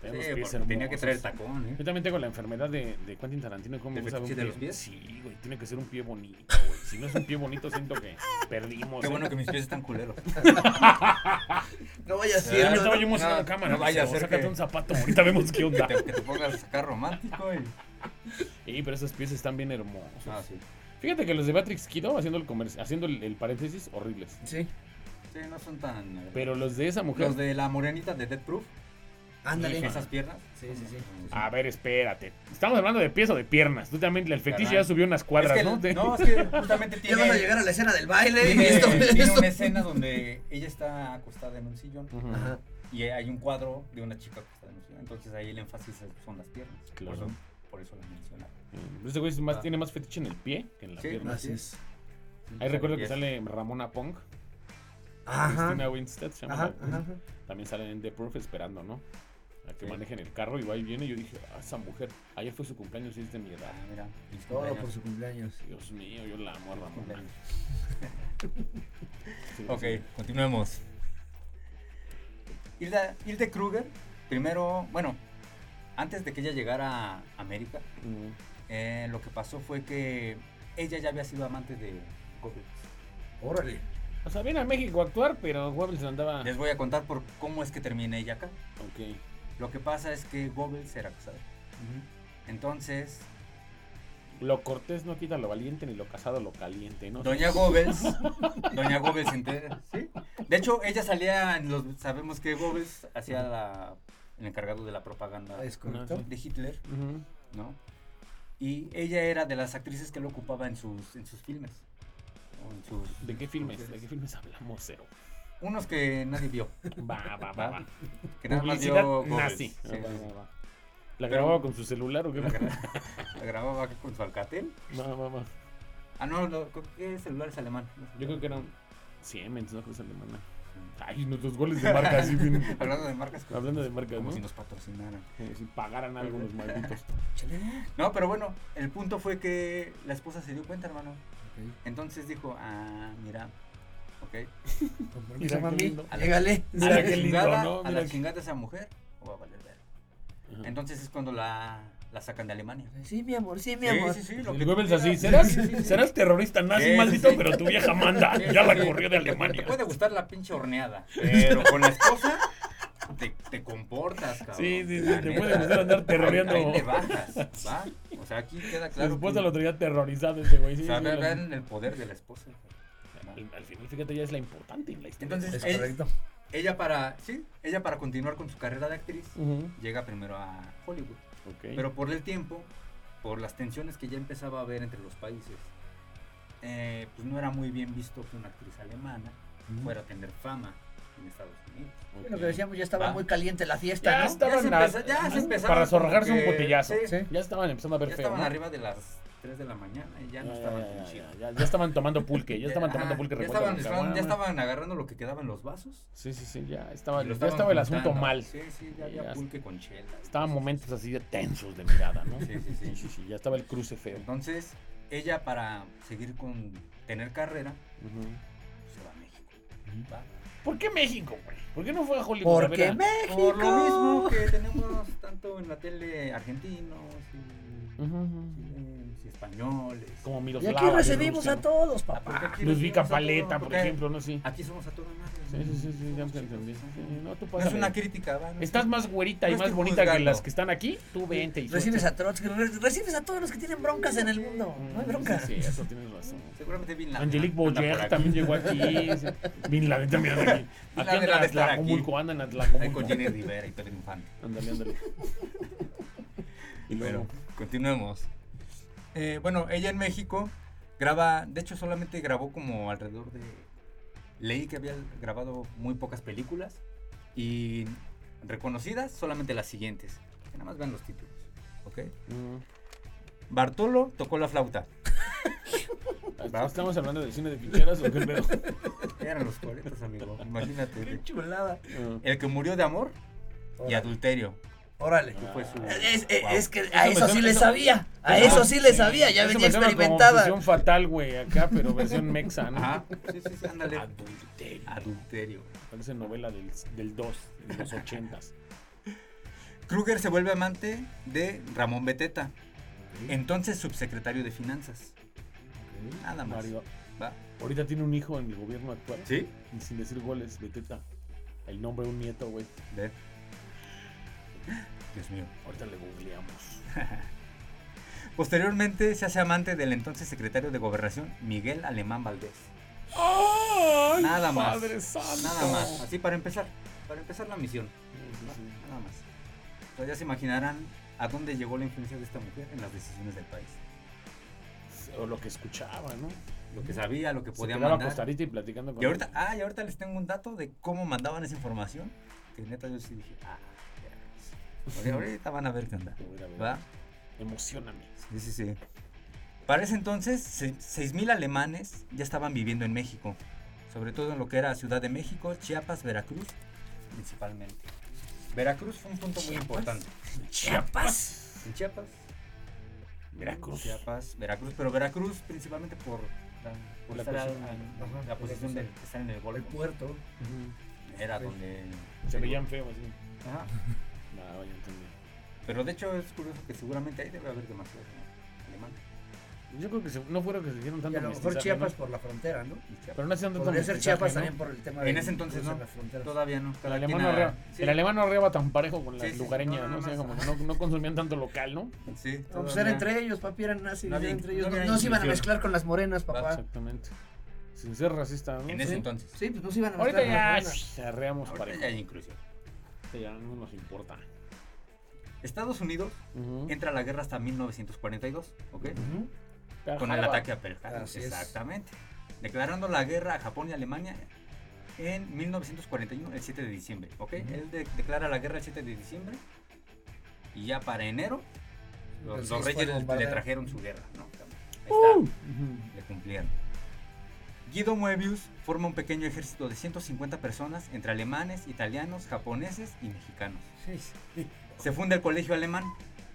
B: traía los
A: sí,
B: pies
A: porque tenía que
B: hermosos.
A: traer tacón, ¿eh?
B: Yo también tengo la enfermedad de, de Quentin Tarantino. ¿Cómo me
A: ¿Del
B: gusta ver un
A: fetiche de los
B: pie?
A: pies?
B: Sí, güey. Tiene que ser un pie bonito, güey. Si no es un pie bonito, siento que perdimos.
A: Qué
B: ¿eh?
A: bueno que mis pies están culeros.
D: No vaya a
A: Sí, Ah,
B: Ya
D: ser.
A: no,
B: estaba
A: no,
B: yo mostrando
A: no,
B: la cámara.
A: no vaya a
B: dice,
A: ser
B: Sácate
A: que-
B: un zapato. Ahorita vemos qué onda.
A: Que te pongas acá romántico y.
B: Ey, pero esos pies están bien hermosos.
A: Ah, sí.
B: Fíjate que los de Patrick Kido, haciendo el comerci- haciendo el, el paréntesis, horribles.
C: Sí.
A: Sí, no son tan.
B: Pero los de esa mujer.
A: Los de la morenita de Dead Proof,
C: Ándale.
A: esas piernas.
C: Sí, sí, sí.
A: Ah,
B: A ver, espérate. Estamos hablando de pies o de piernas. Tú también, el fetiche
A: Caray.
B: ya subió unas
A: Es
B: cuadras,
A: que,
B: ¿no? De-
A: no, es que justamente
D: Ya
A: tiene.
D: vas a llegar a la escena del baile.
A: Tiene,
D: y esto,
A: tiene
D: esto.
A: una escena donde ella está acostada en un sillón
B: Ujú.
C: Ajá.
A: y hay un cuadro de una chica acostada en un sillón. Entonces ahí el énfasis es- son las piernas.
B: Claro.
A: Por eso, por eso la mencionaba.
B: Mm, Ese güey es más,
A: Ah.
B: tiene más fetiche en el pie que en la
A: Sí,
B: pierna.
C: Así es.
B: Ahí recuerdo que
A: Yes.
B: sale Ramona Pong,
A: Este
C: Ajá.
B: Cristina Este, Winstead, se llama
C: Ajá,
B: la-
C: ajá. ajá.
B: también salen en The Proof esperando, ¿no? A que
A: Sí.
B: manejen el carro y va y viene. Y yo dije, ah, esa mujer, ayer fue su cumpleaños y es de mi edad.
A: Ah, mira. feliz
C: Todo por
A: cumpleaños.
C: su cumpleaños.
B: Dios mío, yo la amo a Ramona.
A: Cumpleaños.
B: Sí, sí.
A: Ok, continuemos. Hilda, Hilde Kruger, primero, bueno, antes de que ella llegara a América,
B: Mm,
A: eh, lo que pasó fue que ella ya había sido amante de Goebbels.
C: Órale.
B: O sea, viene a México a actuar, pero Goebbels andaba.
A: Les voy a contar por cómo es que termina ella acá.
B: Ok.
A: Lo que pasa es que Goebbels era casado. Entonces,
B: Lo cortés no quita lo valiente ni lo casado lo caliente, ¿no?
A: Doña Goebbels, Doña Goebbels, se entera, ¿sí? De hecho, ella salía, en los, sabemos que Goebbels hacía la- el encargado de la propaganda
C: Ah, Es correcto.
B: No,
A: de Hitler,
B: Ujú.
A: ¿no? Y ella era de las actrices que lo ocupaba en sus, en sus filmes. o en sus-
B: ¿De qué filmes? ¿De
A: mujeres.
B: qué filmes hablamos, cero?
A: Unos que nadie vio.
B: Va, va, va, va.
A: Que nada más
B: Publicidad
A: vio Goebbels.
B: nazi.
A: Sí,
B: Va,
A: sí,
B: va,
A: sí.
B: va, va. ¿La
A: Pero-
B: grababa con su celular o qué?
A: La gra- la grababa acá con su alcatel.
B: Va, va, va.
A: Ah, no, lo, creo que celular es alemán.
B: Yo creo que eran Siemens, ¿no? Cruz alemana. Ay, nuestros goles de marca, así bien.
A: Hablando de marcas. como-
B: Hablando de marcas,
A: Como
B: ¿no?
A: si nos patrocinaran.
B: Como si pagaran algo los malditos.
C: Chale.
A: No, pero bueno, el punto fue que la esposa se dio cuenta, hermano.
C: Ok.
A: Entonces dijo, ah, mira, ok.
C: Compromiso,
B: Mira qué
C: mami.
B: lindo.
C: Llégale.
A: A
B: Mira
A: la
B: qué lindo,
A: chingada,
B: ¿no?
A: a
B: Mira Ah.
A: la
B: qué-
A: chingada esa mujer, o va a valer ver.
B: Ajá.
A: Entonces es cuando la, la sacan de Alemania.
D: Sí, mi amor, sí, mi amor.
A: sí, sí,
B: Y
A: lo
B: el
A: que tú
B: Goebbels
A: quieras.
B: así, serás,
A: Sí, sí, sí.
B: serás terrorista nazi,
A: Sí, sí,
B: maldito,
A: sí.
B: pero tu vieja manda.
A: Sí,
B: Ya
A: sí,
B: la
A: sí.
B: corrió de Alemania.
A: Te puede gustar la pinche horneada, pero con la esposa te, te comportas, cabrón.
B: Sí, sí, sí,
A: la
B: te
A: neta.
B: puede gustar andar terroreando.
A: Ahí, ahí le bajas, ¿va? O sea, aquí queda
B: Su
A: claro.
B: esposa
A: que-
B: lo traía terrorizado ese güey. sí,
A: o sea,
B: sí,
A: ve-
B: lo-
A: vean el poder de la esposa.
B: Al, al final, fíjate, ya es la importante en la historia.
A: Entonces, eh,
C: Es
A: Ey.
C: correcto.
A: Ella para, sí, ella para continuar con su carrera de actriz
B: Ujú.
A: llega primero a Hollywood.
B: Ok.
A: Pero por el tiempo, por las tensiones que ya empezaba a haber entre los países, eh, pues no era muy bien visto que una actriz alemana fuera a tener fama en Estados Unidos.
B: Ok.
D: Lo que decíamos, ya estaba
A: Va.
D: muy caliente la
B: ya
D: fiesta, ¿no?
B: estaban
A: se
B: a-
A: empeza- ya se
B: a-
A: empezaron como
B: para zorrajarse un
A: que-
B: botellazo.
A: sí,
C: Sí.
B: Ya estaban empezando a ver
A: Ya
B: feo.
A: estaban
B: ¿no?
A: arriba de las 3 de la mañana y ya
B: Ya,
A: no
B: ya,
A: estaban
B: ya,
A: tan
B: ya,
A: chido.
B: ya, ya estaban tomando pulque, ya estaban
A: Ajá,
B: tomando pulque
A: ya
B: revuelto con
A: estaban, estaban-
B: caguama.
A: ya estaban agarrando lo que quedaba en los vasos.
B: Sí, sí, sí, ya estaba,
A: y
B: ya
A: lo
B: estaba
A: estaban
B: el asunto
A: juntando.
B: mal.
A: Sí, sí, ya
B: Ya.
A: había pulque con chela.
B: Estaban momentos así de tensos de mirada, ¿no?
A: Sí, sí, sí.
B: ya estaba el cruce feo.
A: Entonces, ella para seguir con tener carrera, pues, se va a México. Va.
B: ¿Por qué México, güey? ¿Por qué no fue a Hollywood? a ver
C: Porque
B: a-
C: México.
A: Por lo mismo que tenemos tanto en la tele argentinos y
B: Ujú, ujú.
A: chilenos y españoles. Ah,
B: Como
C: Y
B: Miroslava.
C: aquí
B: de
C: recibimos
B: Rusia,
C: a
B: ¿no?
C: todos, papá.
A: Porque aquí
B: Luis
A: recibimos
B: Vica
A: a todo-
B: Paleta, por
A: porque
B: ejemplo, no sé.
A: Aquí somos a toda madre.
B: Sí, sí, sí, sí, ya te entendí. Sí, no, tú
A: No es
B: pásale.
A: una crítica, va, no es
B: Estás
A: una-
B: más güerita y
A: No
B: más
A: estoy
B: bonita que
A: juzgando.
B: las que están aquí. Tú vente y
C: Recibes
B: suerte. Mm,
C: a Trotsky, re- recibes a todos los que tienen broncas en el mundo. No hay bronca.
B: Sí, sí, eso tienes razón.
A: Seguramente Bin Laden
B: Angelique
A: anda por
B: Boyer
A: aquí.
B: también llegó aquí. sí. Bin Laden también anda aquí.
A: Laden
B: Aquí
A: ha de estar
B: anda
A: aquí.
B: Atlacomulco, anda en
A: Ahí con
B: Atlacomulco.
A: Jenny Rivera y Pedro Infante.
B: Ándale, ándale. Y
A: Pero
B: luego.
A: continuemos. Eh, bueno, ella en México graba, de hecho solamente grabó como alrededor de... Leí que había grabado muy pocas películas y reconocidas solamente las siguientes. Que Nada más vean los títulos, ¿ok?
B: Mm.
A: Bartolo tocó la flauta. Va.
B: Ah, ¿Estamos hablando del cine de ficheras o qué pedo?
A: Eran los 40, amigo, imagínate.
C: Chulada.
B: Mm.
A: El que murió de amor y
C: Órale.
A: adulterio.
C: Órale.
A: que fue su-
C: Es, es-
A: Wow.
C: es que a
B: me
C: eso sí
B: suena-
C: le
B: eso-
C: sabía. A
B: Eso-
C: eso sí le
B: sí,
C: sabía. Ya
B: eso
C: venía
B: me suena como
C: experimentada.
B: Versión fatal, güey, acá, pero versión mexa, ¿no?
A: Ajá, sí, sí, Ah, sí, ándale.
B: Adulterio.
A: Adulterio.
B: Parece novela del, del 2, de los 80
A: Kruger se vuelve amante de Ramón Beteta, entonces subsecretario de Finanzas. Nada más.
B: Mario.
A: ¿va?
B: Ahorita tiene un hijo en el gobierno actual.
A: Ah, ¿Sí?
B: Y sin decir goles, de teta. El nombre de un nieto, güey.
A: Ve. Dios mío.
B: Ahorita le googleamos.
A: Posteriormente se hace amante del entonces secretario de Gobernación, Miguel Alemán Valdés.
B: ¡Ay,
A: Nada más.
B: Padre Santo!
A: Nada más. Así para empezar. Para empezar la misión.
B: Sí, sí, sí.
A: Nada más. Entonces ya se imaginarán a dónde llegó la influencia de esta mujer en las decisiones del país.
B: O lo que escuchaba, ¿no?
A: Lo que sabía, lo que
B: Se
A: podía
B: quedaba
A: mandar.
B: acostadita y platicando con
A: Y ahorita, ah, y ahorita les tengo un dato de cómo mandaban esa información. Que neta yo sí dije, ah, ya ves. Porque ahorita van a ver qué onda.
B: Te voy a ir a ver.
A: ¿Va?
B: Emocioname.
A: Sí, sí, sí. Para ese entonces, se- 6.000 alemanes ya estaban viviendo en México. Sobre todo en lo que era Ciudad de México, Chiapas, Veracruz, principalmente. Veracruz fue un punto muy importante.
C: Chiapas.
A: En Chiapas.
B: Veracruz.
A: Chiapas, Veracruz, pero Veracruz principalmente por la, por
B: La
A: estar a-
B: posición.
A: a-
C: Ajá,
A: la
C: por
A: posición
C: la
A: de estar en el
C: El
A: golfo.
C: puerto.
A: Era donde...
B: Pues, Se veían feos, así.
A: Ajá.
B: Nada, vaya, entendí.
A: Pero de hecho es curioso que seguramente ahí debe haber demasiado ¿no? alemán.
B: Yo creo que se- no fueron que se hicieron
C: Y
B: tanto
C: a lo mejor
B: mestizaje,
C: Chiapas
B: ¿no?
C: por la frontera, ¿no?
A: y Chiapas.
B: Pero no hacían tanto
C: Podría ser
B: mestizaje,
C: Chiapas
B: ¿no?
C: también por el tema
A: En
C: de.
A: ese entonces,
C: cruzar
A: ¿no?
C: las fronteras.
A: Todavía no.
B: El
A: cada quien
B: alemán, no
A: a-
B: arreba,
A: sí,
B: el alemán no arreba tan parejo con las
A: Sí, sí, sí,
B: lugareñas,
A: no,
B: ¿no?
A: no,
B: O sea,
A: no,
B: como que no, no consumían tanto local, ¿no?
A: Sí,
C: No, pues
A: todavía.
C: era entre ellos, papi, eran nazis.
A: No
C: era
A: había-
C: entre ellos.
A: no
C: No,
A: había
C: no se iban a
A: inclusión.
C: mezclar con las morenas, papá.
B: Exactamente. Sin ser racista, ¿no?
A: En ese
B: Sí.
A: entonces.
C: Sí, pues no se iban a
B: Ahorita
C: mezclar con las
B: ya
C: morenas.
B: shh, arreamos
A: Ahorita
B: parejo.
A: ya hay inclusión.
B: Ahorita ya no nos importa.
A: Estados Unidos
B: Ujú.
A: entra a la guerra hasta 1942, ¿ok?
C: Ujú.
B: Pearl
A: Con el
B: Harbor.
A: ataque a Pearl Harbor.
C: Así es.
A: Exactamente. Declarando la guerra a Japón y Alemania en 1941, el 7 de diciembre, ¿ok? Él de- declara la guerra el 7 de diciembre y ya para enero los,
C: Entonces,
A: los
C: fue el
A: reyes le- le
C: bombardeo. ¡Uh!
A: trajeron su guerra, ¿no? Ahí está.
B: Ujú.
A: le cumplieron. Guido Moebius forma un pequeño ejército de 150 personas entre alemanes, italianos, japoneses y mexicanos. Se funda el Colegio Alemán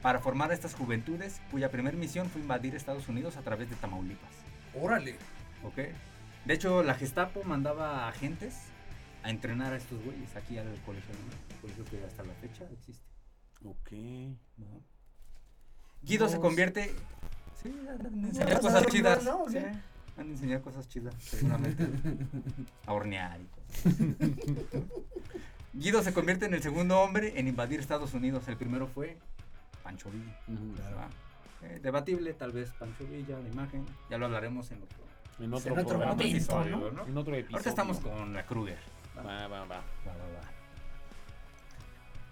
A: para formar a estas juventudes cuya primera misión fue invadir Estados Unidos a través de Tamaulipas.
C: Órale.
A: ¿ok? De hecho, la Gestapo mandaba agentes a entrenar a estos güeyes aquí al Colegio Alemán, colegio que hasta la fecha existe.
B: Ok.
A: ¿no? Guido se
C: Dos.
A: convierte... Sí, han de enseñar
C: vas a
A: cosas
C: dar
A: chidas.
C: nombres, ¿no?
A: sí,
C: Sí.
A: han de enseñar cosas chidas, seguramente. a hornear y cosas. Guido se convierte en el segundo hombre en invadir Estados Unidos. El primero fue Pancho Villa.
B: Ujú.
A: ¿verdad? Eh, debatible, tal vez Pancho Villa, la imagen. Ya lo hablaremos en otro,
B: En otro,
C: En otro
B: programa.
C: momento,
A: episodio, ¿no?
B: En otro episodio.
A: Ahorita estamos con la Kruger.
B: Va, va, va.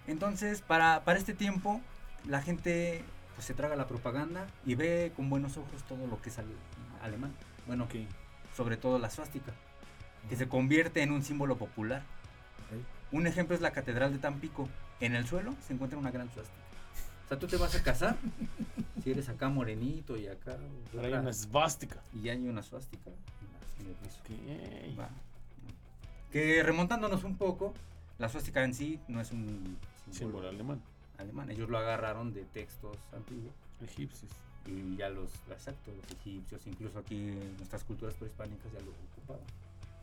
A: Entonces, para, para este tiempo, la gente pues, se traga la propaganda y ve con buenos ojos todo lo que es ale- alemán. Bueno,
B: Ok.
A: sobre todo la suástica, que se convierte en un símbolo popular. Un ejemplo es la Catedral de Tampico. En el suelo se encuentra una gran suástica. O sea, tú te vas a casar, Si eres acá morenito y acá.
B: Trae una esvástica.
A: Y hay una suástica en el piso.
B: Ok.
A: Va. Que remontándonos un poco, la suástica en sí no es un
B: Símbolo alemán.
A: alemán. Ellos lo agarraron de textos antiguos
B: Egipcios.
A: y ya los, exacto, los egipcios, incluso aquí en nuestras culturas prehispánicas ya lo ocupaban.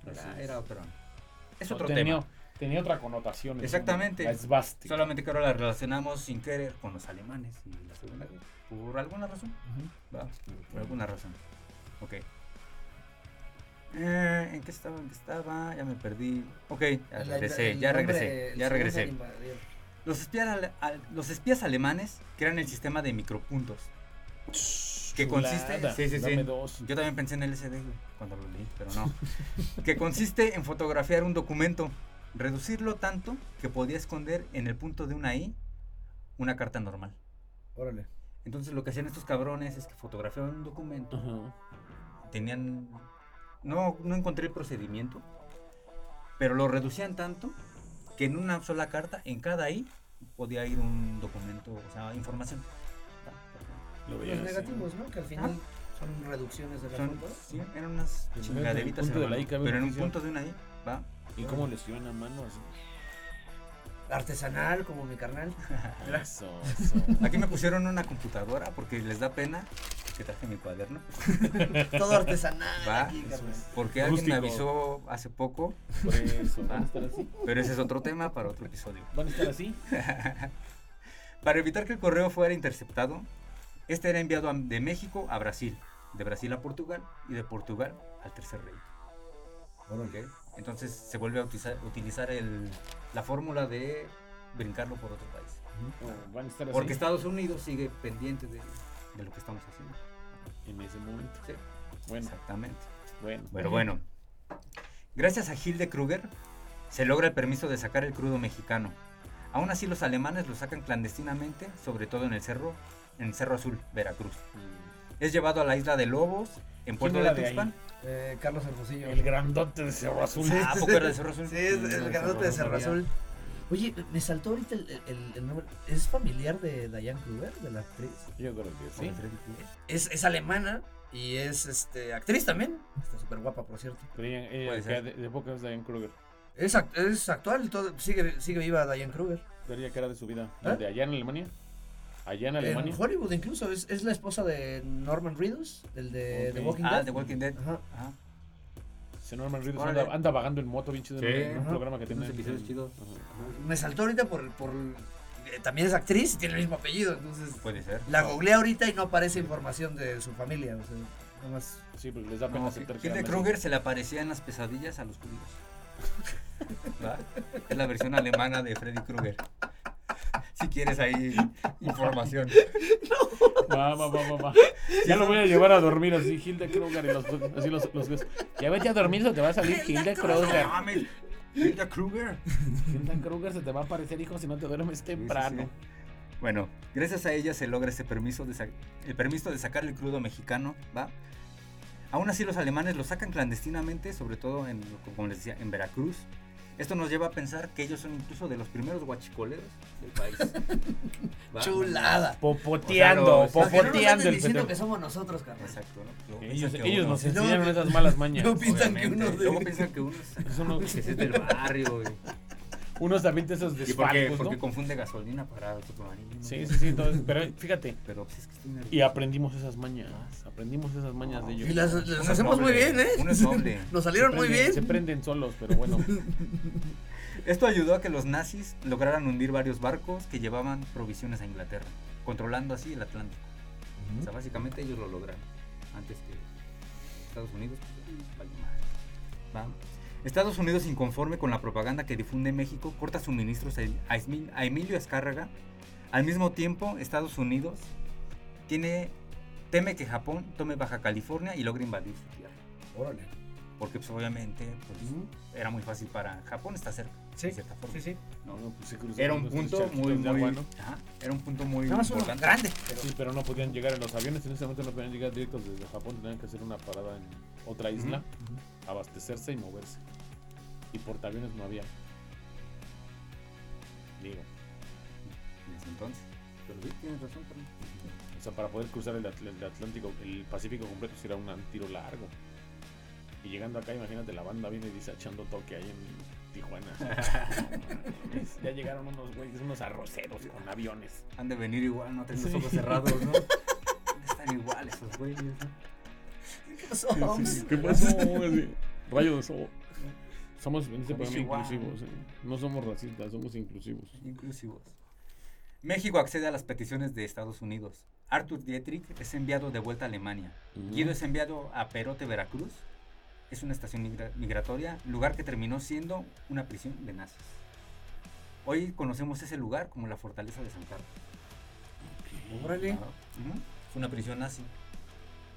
B: Así
A: Era,
B: es.
A: era otro. Es
B: No,
A: otro
B: tenía,
A: tema.
B: Tenía otra connotación. el
A: Exactamente.
B: símbolo, La esvástica.
A: Solamente que ahora la relacionamos sin querer con los alemanes y la Segunda Guerra. Por alguna razón. Va, por alguna razón. Ok. Eh, ¿En qué estaba? ¿En qué estaba? Ya me perdí. Ok, ya
C: El- el-
A: regresé,
C: el
A: ya
C: nombre-
A: regresé,
C: el
A: ya
C: segundo
A: regresé.
C: al invadir.
A: Los espías, ale- al- los espías alemanes crean el sistema de micropuntos. Que consiste-
B: Chulada.
A: sí, sí, sí.
B: Dame dos.
A: Yo también pensé en el SD cuando lo leí, pero no. que consiste en fotografiar un documento, reducirlo tanto que podía esconder en el punto de una I una carta normal.
C: Órale.
A: Entonces lo que hacían estos cabrones es que fotografiaban un documento,
B: Ajá.
A: tenían... No, no encontré el procedimiento, pero lo reducían tanto que en una sola carta, en cada I, podía ir un documento, o sea, información.
B: Lo
A: Pues
B: veía
C: Los
B: así.
C: negativos, ¿no? Que al final son reducciones de la
A: Son-
C: foto.
A: sí, eran unas
B: Pero en el
A: chingaderitas,
B: punto de la
A: hermano,
B: I cabe
A: pero en
B: una
A: un
B: función.
A: punto de una I, va.
B: ¿Y cómo les dio una mano así?
C: Artesanal, como mi carnal.
B: Gracias.
A: Aquí me pusieron una computadora porque les da pena que traje mi cuaderno.
C: Todo artesanal.
A: Va.
C: aquí, carnal.
A: Porque alguien me
B: Rústico. Ah,
A: avisó hace poco,
B: Por
A: Ah.
B: eso, van a estar así.
A: pero ese es otro tema para otro episodio.
B: Van a estar así.
A: Para evitar que el correo fuera interceptado, este era enviado a- de México a Brasil, de Brasil a Portugal y de Portugal al Tercer Rey.
C: Órale.
A: Entonces se vuelve a utiliza- utilizar el- la fórmula de brincarlo por otro país.
B: o Van a estar así.
A: Porque Estados Unidos sigue pendiente de, de lo que estamos haciendo.
B: En ese momento.
A: Sí.
B: Bueno,
A: Exactamente.
B: bueno.
A: Pero bueno, gracias a Hilde Kruger se logra el permiso de sacar el crudo mexicano. Aún así los alemanes lo sacan clandestinamente, sobre todo en el cerro, en el Cerro Azul, Veracruz.
B: Mm.
A: Es llevado a la isla de Lobos, en Puerto
B: era
A: de
B: de ahí?
A: Tuxpan.
C: Eh, Carlos Hermosillo.
B: El grandote de Cerro Azul.
C: Sí.
A: Ah, ¿a poco era de Cerro Azul?
C: Sí, es el grandote de Cerro Azul. Oye, me saltó ahorita el, el- el nombre. ¿Es familiar de Diane Kruger, de la actriz?
B: Yo creo que sí.
C: Es, es alemana y es este actriz también. Está súper guapa, por cierto.
B: Pero ella- ella
A: Puede
B: acá
A: ser.
B: de, de época es Diane Kruger.
C: Es, act- es actual, todo, sigue, sigue viva Diane Kruger.
B: Daría cara de su vida.
C: ¿Eh?
B: ¿De allá en Alemania? ¿Allá en Alemania?
C: En Hollywood incluso, es, es la esposa de Norman Reedus, el de
B: Ok.
C: The Walking
A: Ah,
C: Dead.
A: de Walking Dead.
C: Ajá.
A: Ajá.
B: Si Norman Reedus
A: Órale.
B: anda, anda vagando en moto bien chido en
A: Sí,
B: un- en un
A: ajá.
B: programa que tiene.
A: Unos episodios chidos.
B: Ajá.
C: Me saltó ahorita por... por eh, también es actriz y tiene el mismo apellido, entonces...
A: Puede ser.
C: La googleé ahorita y no aparece información de su familia, o sea, nada más...
B: Sí, porque les da pena
A: No,
B: aceptar que
A: Hilde
B: eran
A: Kruger se le aparecía en las pesadillas a los judíos. ¿Va? Es la versión alemana de Freddy Krueger. Si quieres ahí información.
B: así. Va, va, va, va, va. Ya lo voy a llevar a dormir así, Hilde Kruger. Y los, así los, los ves. Ya vete a dormir, se te va a salir Hilde Kruger.
A: No mames, Hilda Krueger.
B: Hilde Kruger se te va a aparecer, hijo, si no te duermes temprano.
A: Sí, sí, sí. Bueno, gracias a ella se logra este permiso de sa- el permiso de sacar el crudo mexicano, ¿va? Aún así los alemanes lo sacan clandestinamente, sobre todo en, como les decía, en Veracruz. Esto nos lleva a pensar que ellos son incluso de los primeros guachicoleros del país. ¿va?
C: ¡Chulada!
B: Popoteando,
A: O sea, los-
C: Porque no nos
B: popoteando
C: anden
B: el
C: diciendo
B: pendejo.
C: que somos nosotros, carnal.
A: Exacto, ¿no? Luego
B: Ellos,
A: piensan que
B: ellos
A: uno-
B: nos
C: No,
B: enseñaron esas malas mañas.
C: no, piensan que
A: obviamente,
C: uno de-
A: Luego piensan que uno es,
B: Son unos,
A: que es del barrio. y-
B: unos también de esos
A: Y porque,
B: desfalcos,
A: porque
B: ¿no?
A: confunde gasolina para automarismo.
B: Sí, sí, sí. entonces, pero fíjate,
A: Pero pues, es que estoy nervioso.
B: y aprendimos esas mañas. Aprendimos esas mañas de ellos.
C: Y las, las
A: Uno es
C: hacemos muy
A: noble,
C: bien, ¿eh?
A: uno es noble.
C: Nos
B: Se
C: salieron muy
B: prenden-
C: bien.
B: Se prenden solos, pero bueno.
A: Esto ayudó a que los nazis lograran hundir varios barcos que llevaban provisiones a Inglaterra, controlando así el Atlántico. O sea, básicamente ellos lo lograron antes que Estados Unidos. pues, vale madre. Va. Estados Unidos, inconforme con la propaganda que difunde México, corta suministros a- a Esmi- a Emilio Azcárraga. Al mismo tiempo, Estados Unidos tiene, teme que Japón tome Baja California y logre invadir su tierra.
C: Órale.
A: Porque pues, obviamente pues, era muy fácil para Japón, está cerca,
C: Sí,
A: de cierta forma.
C: sí, sí.
B: No, no, pues sí cruzaron
A: Era un
B: nuestros
A: punto
B: charquitos
A: muy,
B: de
A: muy.
B: agua, ¿no?
A: ajá, era un punto muy
C: Nada más uno
A: importante.
C: grande. pero-
B: Sí, pero no podían llegar en los aviones. En ese momento no podían llegar directos desde Japón. Tenían que hacer una parada en otra isla, abastecerse y moverse. Y portaaviones no había. Digo,
A: En ese entonces. Pero sí, tienes razón, Fernando.
B: o O sea, para poder cruzar el, Atl- el Atlántico, el Pacífico completo, será un tiro largo. Y llegando acá, imagínate, la banda viene y dice echando toque ahí en Tijuana. ya llegaron unos güeyes, unos arroceros con aviones.
A: Han de venir igual, no tienen los
B: Sí.
A: ojos cerrados, ¿no? Están igual esos güeyes, ¿no?
C: ¿Qué pasó, Holmes?
B: ¿Qué pasó? Así, Rayo de sol. Somos en este
A: Con
B: programa
A: Chihuahua.
B: inclusivos. eh. No somos racistas, somos inclusivos.
A: Inclusivos. México accede a las peticiones de Estados Unidos. Arthur Dietrich es enviado de vuelta a Alemania. Guido es enviado a Perote, Veracruz. Es una estación migra- migratoria, lugar que terminó siendo una prisión de nazis. Hoy conocemos ese lugar como la fortaleza de San Carlos.
C: Órale.
A: Ujú. Fue una prisión nazi.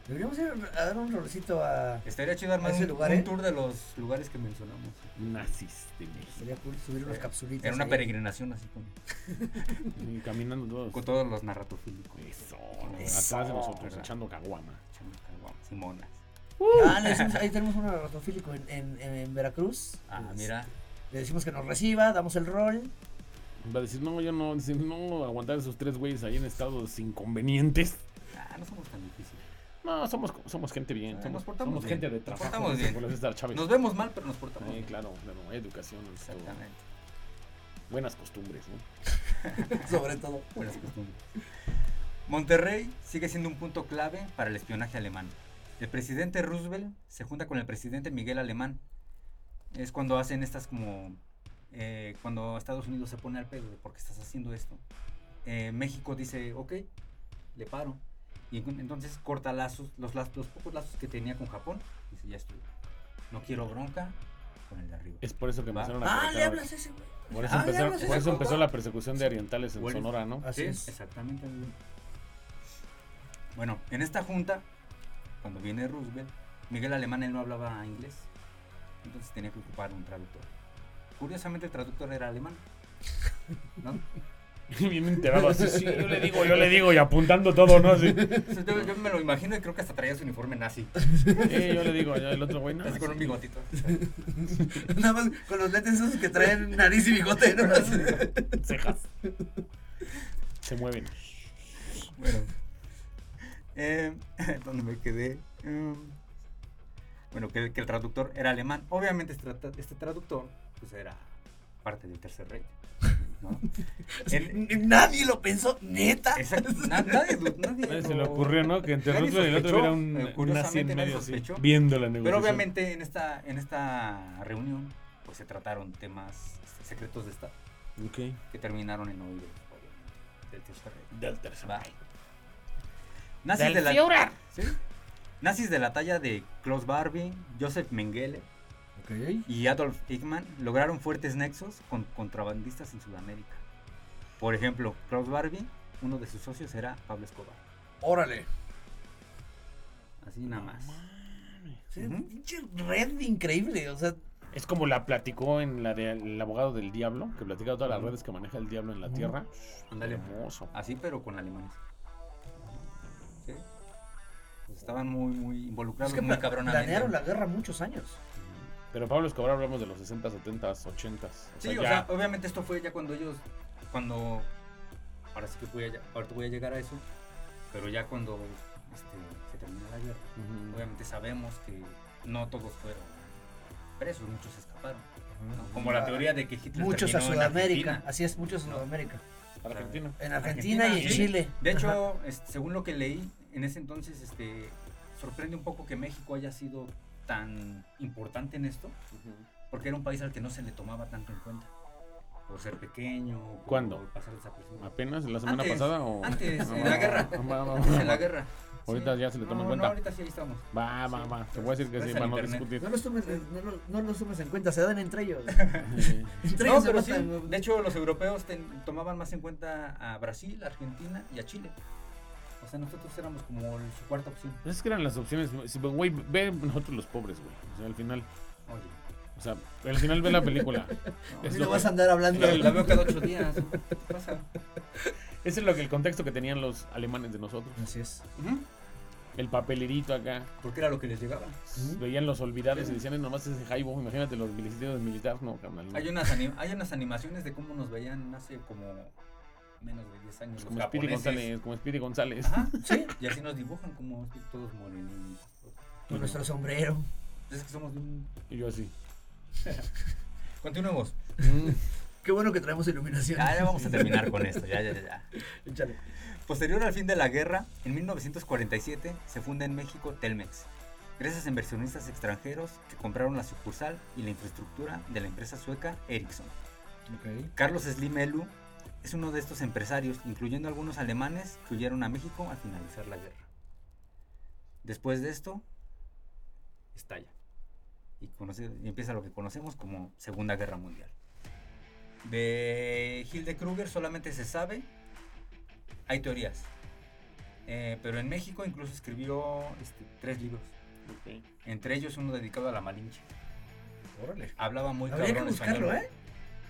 C: Deberíamos ir a dar un rolecito a.
A: Estaría chido armar
C: Ese
A: un,
C: lugar,
A: un
C: ¿eh?
A: tour de los lugares que mencionamos.
B: Nazis de México.
C: Sería cool subir unas
A: Eh,
C: capsulitas.
A: Era una
C: ahí.
A: peregrinación así con,
B: Y Caminando todos.
A: con todos los narratofílicos.
B: Eso,
C: Eso.
B: atrás de nosotros,
A: ¿Verdad?
B: echando caguama.
A: Simona.
C: Ah, le decimos- ahí tenemos un ratofílico en, en, en Veracruz.
A: Ah,
C: Les-
A: mira.
C: Le decimos que nos reciba, damos el rol.
B: Va a decir, no, yo no, decir, no, aguantar esos tres güeyes ahí en estados inconvenientes.
A: Ah, no somos tan difíciles.
B: No, somos, somos gente bien,
A: Ah,
B: somos,
A: nos portamos
B: somos
A: bien,
B: gente de
A: nos
B: trabajo.
A: portamos
B: dice
A: bien.
B: Julio César Chávez.
A: Nos vemos mal, pero nos portamos
B: Eh,
A: bien.
B: pues, claro, claro, educación, esto,
A: Exactamente.
B: buenas costumbres, ¿no?
C: Sobre todo.
A: Buenas costumbres. Monterrey sigue siendo un punto clave para el espionaje alemán. El presidente Roosevelt se junta con el presidente Miguel Alemán. Es cuando hacen estas como... eh, cuando Estados Unidos se pone al pedo de por qué estás haciendo esto. Eh, México dice, ok, le paro. Y en- entonces corta lazos, los, laz- los pocos lazos que tenía con Japón. Dice, ya estoy. No quiero bronca con el de arriba.
B: Es por eso que
A: Va.
B: empezaron a
C: Ah,
B: cortar-
C: le hablas a ese güey.
B: Por eso,
C: Ah, le
B: empezaron-
C: hablas a
B: por
C: ese
B: eso empezó
C: compa.
B: la persecución de orientales en
A: Bueno.
B: Sonora, ¿no?
C: Así
A: Sí,
C: es.
A: Exactamente. amigo. Bueno, en esta junta, cuando viene Roosevelt, Miguel Alemán él no hablaba inglés, entonces tenía que ocupar un traductor. Curiosamente el traductor era alemán. ¿no?
B: bien enterado, así, sí, yo le digo, yo le digo, y apuntando todo, ¿no? Así.
A: Entonces, yo, yo me lo imagino y creo que hasta traía su uniforme nazi,
B: Eh, yo le digo, ya el otro güey, no.
A: así con un
B: sí.
A: bigotito.
C: Nada más con los lentes esos que traen nariz y bigote. ¿no?
B: cejas. Se mueven.
A: Bueno. Eh, ¿Dónde me quedé? Em, bueno, que, que el traductor era alemán. Obviamente este, tra- este traductor pues era parte del Tercer Reich. ¿no? Él-
C: Pues, Nadie lo pensó, neta.
A: Exacto. na- nadie, du- nadie
B: Nadie se
A: lo-
B: le ocurrió, ¿no? Que entre
A: Nadie
B: Roosevelt y el otro
A: sospechó,
B: hubiera
A: eh,
B: un, un nazi en
A: curiosamente nadie
B: medio así,
A: sospechó.
B: viendo la negociación.
A: Pero obviamente en esta, en esta reunión pues se trataron temas secretos de Estado
B: Ok.
A: que terminaron en oído obviamente, del Tercer Reich.
B: Del tercer
A: Va. Nazis de, la, ¿Sí? Nazis de la talla de Klaus Barbie, Joseph Mengele
C: Ok.
A: y Adolf Eichmann lograron fuertes nexos con contrabandistas en Sudamérica. Por ejemplo, Klaus Barbie, uno de sus socios era Pablo Escobar.
C: Órale.
A: Así nada más.
C: Sí,
A: Ujú.
C: Pinche red increíble. O sea,
B: Es como la platicó en la del abogado del diablo, que platica de todas las redes que maneja el diablo en la tierra.
A: Ándale.
B: Hermoso.
A: Así, pero con alemanes. ¿Sí? Pues estaban muy, muy involucrados,
C: es que
A: muy
C: pla-
A: cabronamente.
C: planearon la guerra muchos años.
B: Pero Pablo Escobar hablamos de los 60, 70, 80. O
A: Sí,
B: sea,
A: o
B: ya-
A: sea, obviamente esto fue ya cuando ellos, cuando, ahora sí que voy a, lle- ahorita voy a llegar a eso, pero ya cuando este, se terminó la guerra,
B: Ujú.
A: obviamente sabemos que no todos fueron presos, muchos escaparon, ¿no? como la teoría de que Hitler
C: Muchos a
A: terminó en
C: Sudamérica.
A: Argentina.
C: Así es, muchos a
A: No.
C: Sudamérica.
B: Argentina.
C: En Argentina, y en
A: sí.
C: Chile.
A: De hecho,
C: Ajá.
A: este, según lo que leí, en ese entonces este, sorprende un poco que México haya sido tan importante en esto, porque era un país al que no se le tomaba tanto en cuenta. Por ser pequeño, por
B: ¿Cuándo?
A: pasar desapercibido.
B: ¿Apenas? ¿La semana
A: Antes,
B: pasada? O...
A: antes,
B: No,
A: en la guerra.
B: no, no, no, no.
A: Antes en la guerra.
B: Ahorita ya se le toma en cuenta.
A: No, ahorita sí, ahí estamos.
B: Va, va,
A: Sí.
B: va. Te voy a decir que sí,
A: Gracias al
B: para no
A: internet.
B: discutir.
C: No los, tomes, no, lo- no los tomes en cuenta, se dan entre ellos. Entre
A: No,
C: ellos
A: pero
C: se
A: sí.
C: matan.
A: De hecho, los europeos ten- tomaban más en cuenta a Brasil, Argentina y a Chile. O sea, nosotros éramos como el- su cuarta opción.
B: Esas Pues que eran las opciones. Sí, pero, Güey, ve nosotros los pobres, güey. O sea, al final.
A: Oye.
B: O sea, al final ve la película.
A: no,
B: Es
C: Sí,
B: lo
C: no vas a andar hablando.
A: La, la veo cada ocho días. ¿no? ¿Qué pasa?
B: Ese es lo que el contexto que tenían los alemanes de nosotros.
C: Así es.
A: Ujú.
B: El papelerito acá.
A: Porque era lo que les llegaba.
B: Veían los olvidados y decían, "Eh, nomás ese jaibo. Imagínate los militares militares. No, carnal. no.
A: Hay unas, ani- hay unas animaciones de cómo nos veían hace como menos de 10 años. los
B: Pues como Speedy
A: japoneses.
B: González, como Speedy González.
A: Ajá,
C: Sí,
A: y así nos dibujan como así todos morenitos.
C: con nuestro sombrero.
A: Es que somos de un...
B: Y yo así.
A: Continuemos.
B: Mm.
C: Qué bueno que traemos iluminación.
A: Ya, ya vamos a terminar con esto, ya, ya, ya, ya.
C: Échale.
A: Posterior al fin de la guerra, en 1947 se funda en México Telmex, gracias a inversionistas extranjeros que compraron la sucursal y la infraestructura de la empresa sueca Ericsson.
C: Ok.
A: Carlos Slim Elu es uno de estos empresarios, incluyendo algunos alemanes que huyeron a México al finalizar la guerra. Después de esto, estalla y, conoce- y empieza lo que conocemos como Segunda Guerra Mundial. De Hilde Kruger solamente se sabe, hay teorías, Eh, pero en México incluso escribió este, tres libros,
B: Ok.
A: entre ellos uno dedicado a la Malinche.
C: Órale.
A: Hablaba muy
C: Habría que
A: cabrón
C: buscarlo,
A: español.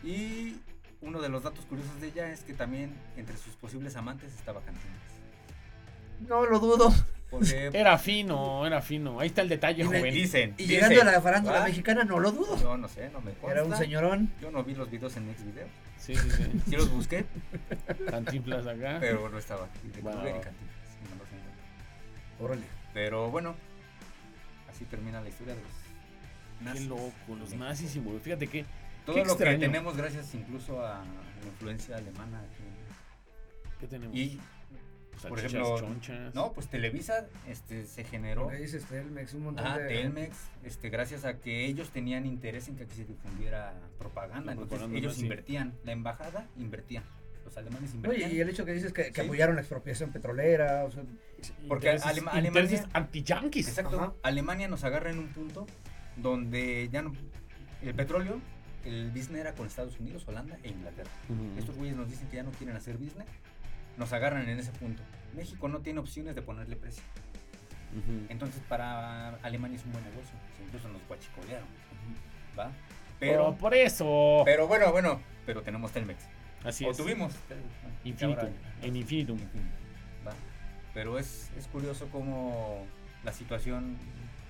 C: ¿eh?
A: Y uno de los datos curiosos de ella es que también entre sus posibles amantes estaba Cantinflas.
C: No lo dudo.
A: Porque
B: Era fino, era fino. Ahí está el detalle,
C: Y me-
B: joven.
A: dicen,
C: Eh, Y
A: dicen,
C: llegando a la farándula
A: ¿va?
C: mexicana, no lo dudo.
A: Yo no sé, no me consta.
C: Era un señorón.
A: Yo no vi los videos en Next Video.
B: Sí, sí, sí.
A: Sí los busqué,
B: Cantinflas acá.
A: pero no estaba. Y de
B: Wow.
A: Kruger y Cantinflas, y no los encuentro.
C: Órale.
A: Pero bueno, así termina la historia de los
B: Qué
A: nazis.
B: loco, los nazis y mugre. Fíjate que
A: Todo
B: qué
A: lo que
B: extraño.
A: tenemos gracias incluso a la influencia alemana. aquí.
B: ¿Qué tenemos?
A: Y, por
B: Salchichas,
A: ejemplo,
B: chonchas.
A: no, pues Televisa este, se generó.
C: Me dices Telmex, un montón
A: Ah,
C: de...
A: Telmex, este, gracias a que ellos tenían interés en que aquí se difundiera propaganda,
B: La
A: entonces
B: propaganda
A: ellos
B: nazi.
A: invertían, la embajada invertía, los alemanes
C: Oye,
A: invertían.
C: y el hecho que dices que,
A: Sí.
C: que apoyaron la expropiación petrolera, o sea,
A: porque
B: Intereses-
A: Alema- Alemania-
B: intereses anti-yanquis.
A: Exacto,
C: Ajá.
A: Alemania nos agarra en un punto donde ya no, el petróleo, el business era con Estados Unidos, Holanda e Inglaterra.
B: Ujú.
A: Estos güeyes nos dicen que ya no quieren hacer business, nos agarran en ese punto. México no tiene opciones de ponerle precio,
B: Ujú.
A: entonces para Alemania es un buen negocio, incluso nos guachicolearon, ¿va?
B: Pero por eso.
A: Pero bueno, bueno, pero tenemos Telmex.
B: así
A: o
B: es.
A: tuvimos.
B: Infinitum.
A: Ahora-
B: En infinitum.
A: Va. Pero es, es curioso cómo la situación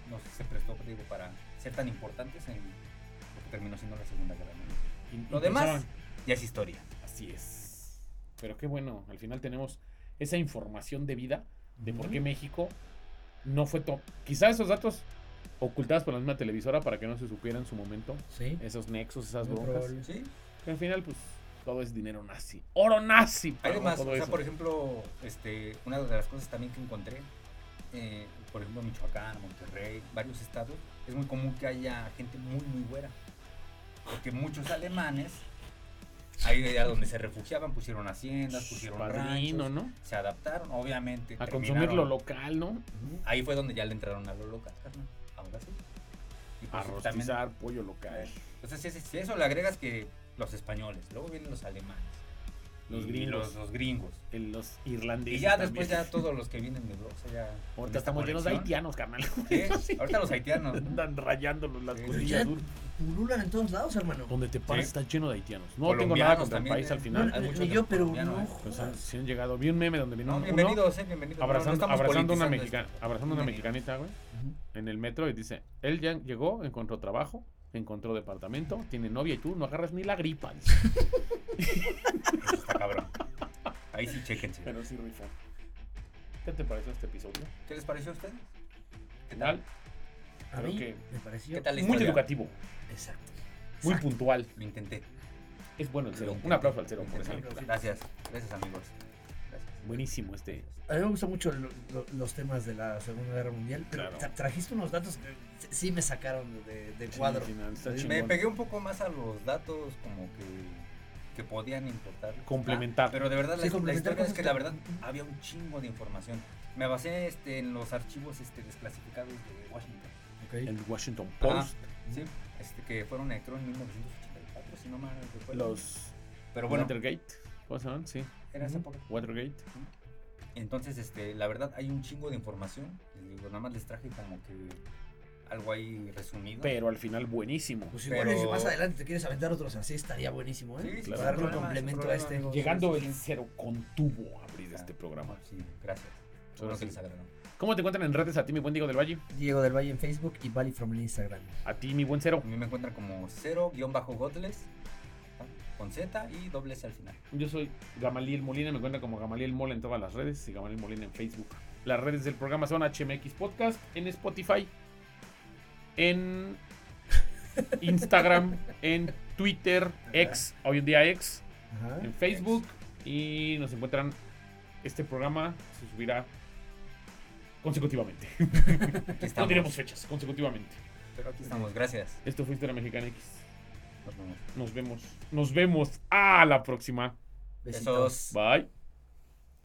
A: no sé, se prestó digo, para ser tan importantes en lo que terminó siendo la Segunda Guerra Mundial.
B: In-
A: Lo demás
B: impresaban.
A: ya es historia.
B: Así es. Pero qué bueno, al final tenemos esa información de vida de por qué México no fue top. Quizás esos datos ocultados por la misma televisora para que no se supiera en su momento.
C: Sí.
B: Esos nexos, esas
C: Muy
B: broncas.
C: probable.
A: Sí.
B: Que al final, pues, todo es dinero nazi. Oro nazi. pero
A: Además,
B: todo
A: o sea,
B: eso.
A: por ejemplo, este, una de las cosas también que encontré, eh, por ejemplo, Michoacán, Monterrey, varios estados, es muy común que haya gente muy, muy buena. Porque muchos alemanes, ahí era donde se refugiaban, pusieron haciendas, pusieron
B: Padrino,
A: ranchos,
B: ¿no?
A: se adaptaron, obviamente.
B: A consumir
A: terminaron-
B: lo local, ¿no?
A: Ahí fue donde ya le entraron a lo local, carnal. Ahora sí. Y
B: A
A: pues también- pues,
B: rostizar pollo local.
A: Entonces, si, si a eso le agregas que los españoles, luego vienen los alemanes.
B: Los
A: y
B: gringos.
A: los- los gringos.
B: el- Los irlandeses.
A: Y ya
B: también.
A: después ya todos los que vienen de Europa, o sea, ya... con
B: Ahorita
A: esta
B: estamos llenos de
A: colección.
B: haitianos, carnal.
A: Sí, Ahorita los haitianos. ¿no?
B: Andan rayándolos las
A: Sí,
B: costillas.
C: sí.
B: duras.
C: Pululan en todos lados, hermano.
B: Donde te paras
A: Sí.
B: está lleno de haitianos. No tengo nada
A: Colombianos
B: contra el
A: también,
B: país
A: ¿eh?
B: al
C: No,
B: final.
A: Hay
C: ni-
A: muchos
C: ni yo, pero
A: colombianos,
C: no
A: eh.
B: Pues
C: jodas.
B: han, sí han llegado. Vi un meme donde vino
A: No,
B: uno
A: bienvenidos, eh, bienvenidos.
B: abrazando,
A: No, no estamos
B: abrazando
A: politizando
B: una
A: este
B: mexicana,
A: esto.
B: abrazando una
A: Bienvenidos.
B: mexicanita, güey, en el metro y dice, él ya llegó, encontró trabajo, encontró departamento, tiene novia y tú no agarras ni la gripa. dice.
A: Está cabrón. Ahí sí, chéquense.
B: Ah, Pero sí, rifa. ¿Qué te pareció este episodio?
A: ¿Qué les pareció a ustedes? ¿Qué
B: Final,
A: tal?
C: A
B: Creo
C: mí
B: que-
C: me pareció...
A: ¿Qué tal la
B: muy
A: historia?
B: educativo,
C: Exacto.
B: muy
C: Exacto.
B: puntual.
A: Lo intenté.
B: Es bueno el
A: lo
B: cero.
A: intenté,
B: Un aplauso al
A: lo
B: cero por
A: intenté.
B: esa
C: ejemplo.
B: película.
A: Gracias. Gracias, amigos. Gracias.
B: Buenísimo este.
C: A mí me gustan mucho lo- lo- los temas de la Segunda Guerra Mundial, pero
B: Claro.
C: tra- trajiste unos datos que s- sí me sacaron de, de cuadro.
B: Sí, final, está
C: Me
A: Me
B: chingón.
A: pegué un poco más a los datos como que, que podían importar.
B: Complementar.
A: Ah, pero de verdad
C: Sí,
A: la- la,
C: complementar
A: historia es
C: cosas
A: que
C: que-
A: la verdad había un chingo de información. Me basé este, en los archivos este, desclasificados de Washington.
B: El Washington
A: Ajá.
B: Post,
A: Sí, este, que fueron a en 1984, si no mal recuerdo.
B: los
A: Pero bueno,
B: Watergate, ¿cómo se llaman? Sí,
A: era esa
C: Ujú.
A: época.
B: Watergate.
A: Entonces, este, la verdad, hay un chingo de información. Les digo, nada más les traje como que algo ahí resumido.
B: Pero al final buenísimo.
C: Pues igual
A: Pero-
C: y si más adelante te quieres aventar otros así, estaría buenísimo, ¿eh?
A: Sí, sí,
B: claro.
C: Para darle
A: sin
C: un
A: problema,
C: complemento
A: sin
C: a este.
A: problema.
B: Llegando el cero contuvo a abrir este programa.
A: Sí, gracias.
B: Solo
A: Ah. Bueno,
B: sí.
A: que les agradó.
B: ¿Cómo te encuentran en redes a ti, mi buen Diego del Valle?
C: Diego del Valle en Facebook y Valley from en Instagram.
B: A ti, mi buen cero.
A: A mí me encuentran como 0-Gotles. con Z y doble S al final.
B: Yo soy Gamaliel Molina, me encuentran como Gamaliel Mola en todas las redes y Gamaliel Molina en Facebook. Las redes del programa son HMX Podcast en Spotify, en Instagram, en Twitter, ex, hoy en día ex,
C: Ajá.
B: en Facebook y nos encuentran. Este programa se subirá consecutivamente.
A: Aquí
B: No
A: estamos.
B: diremos fechas, consecutivamente.
A: Pero aquí estamos, gracias.
B: Esto fue Historia Mexicana X.
A: Nos vemos.
B: Nos vemos. Nos vemos. A la próxima.
C: Besitos.
A: Besos.
B: Bye.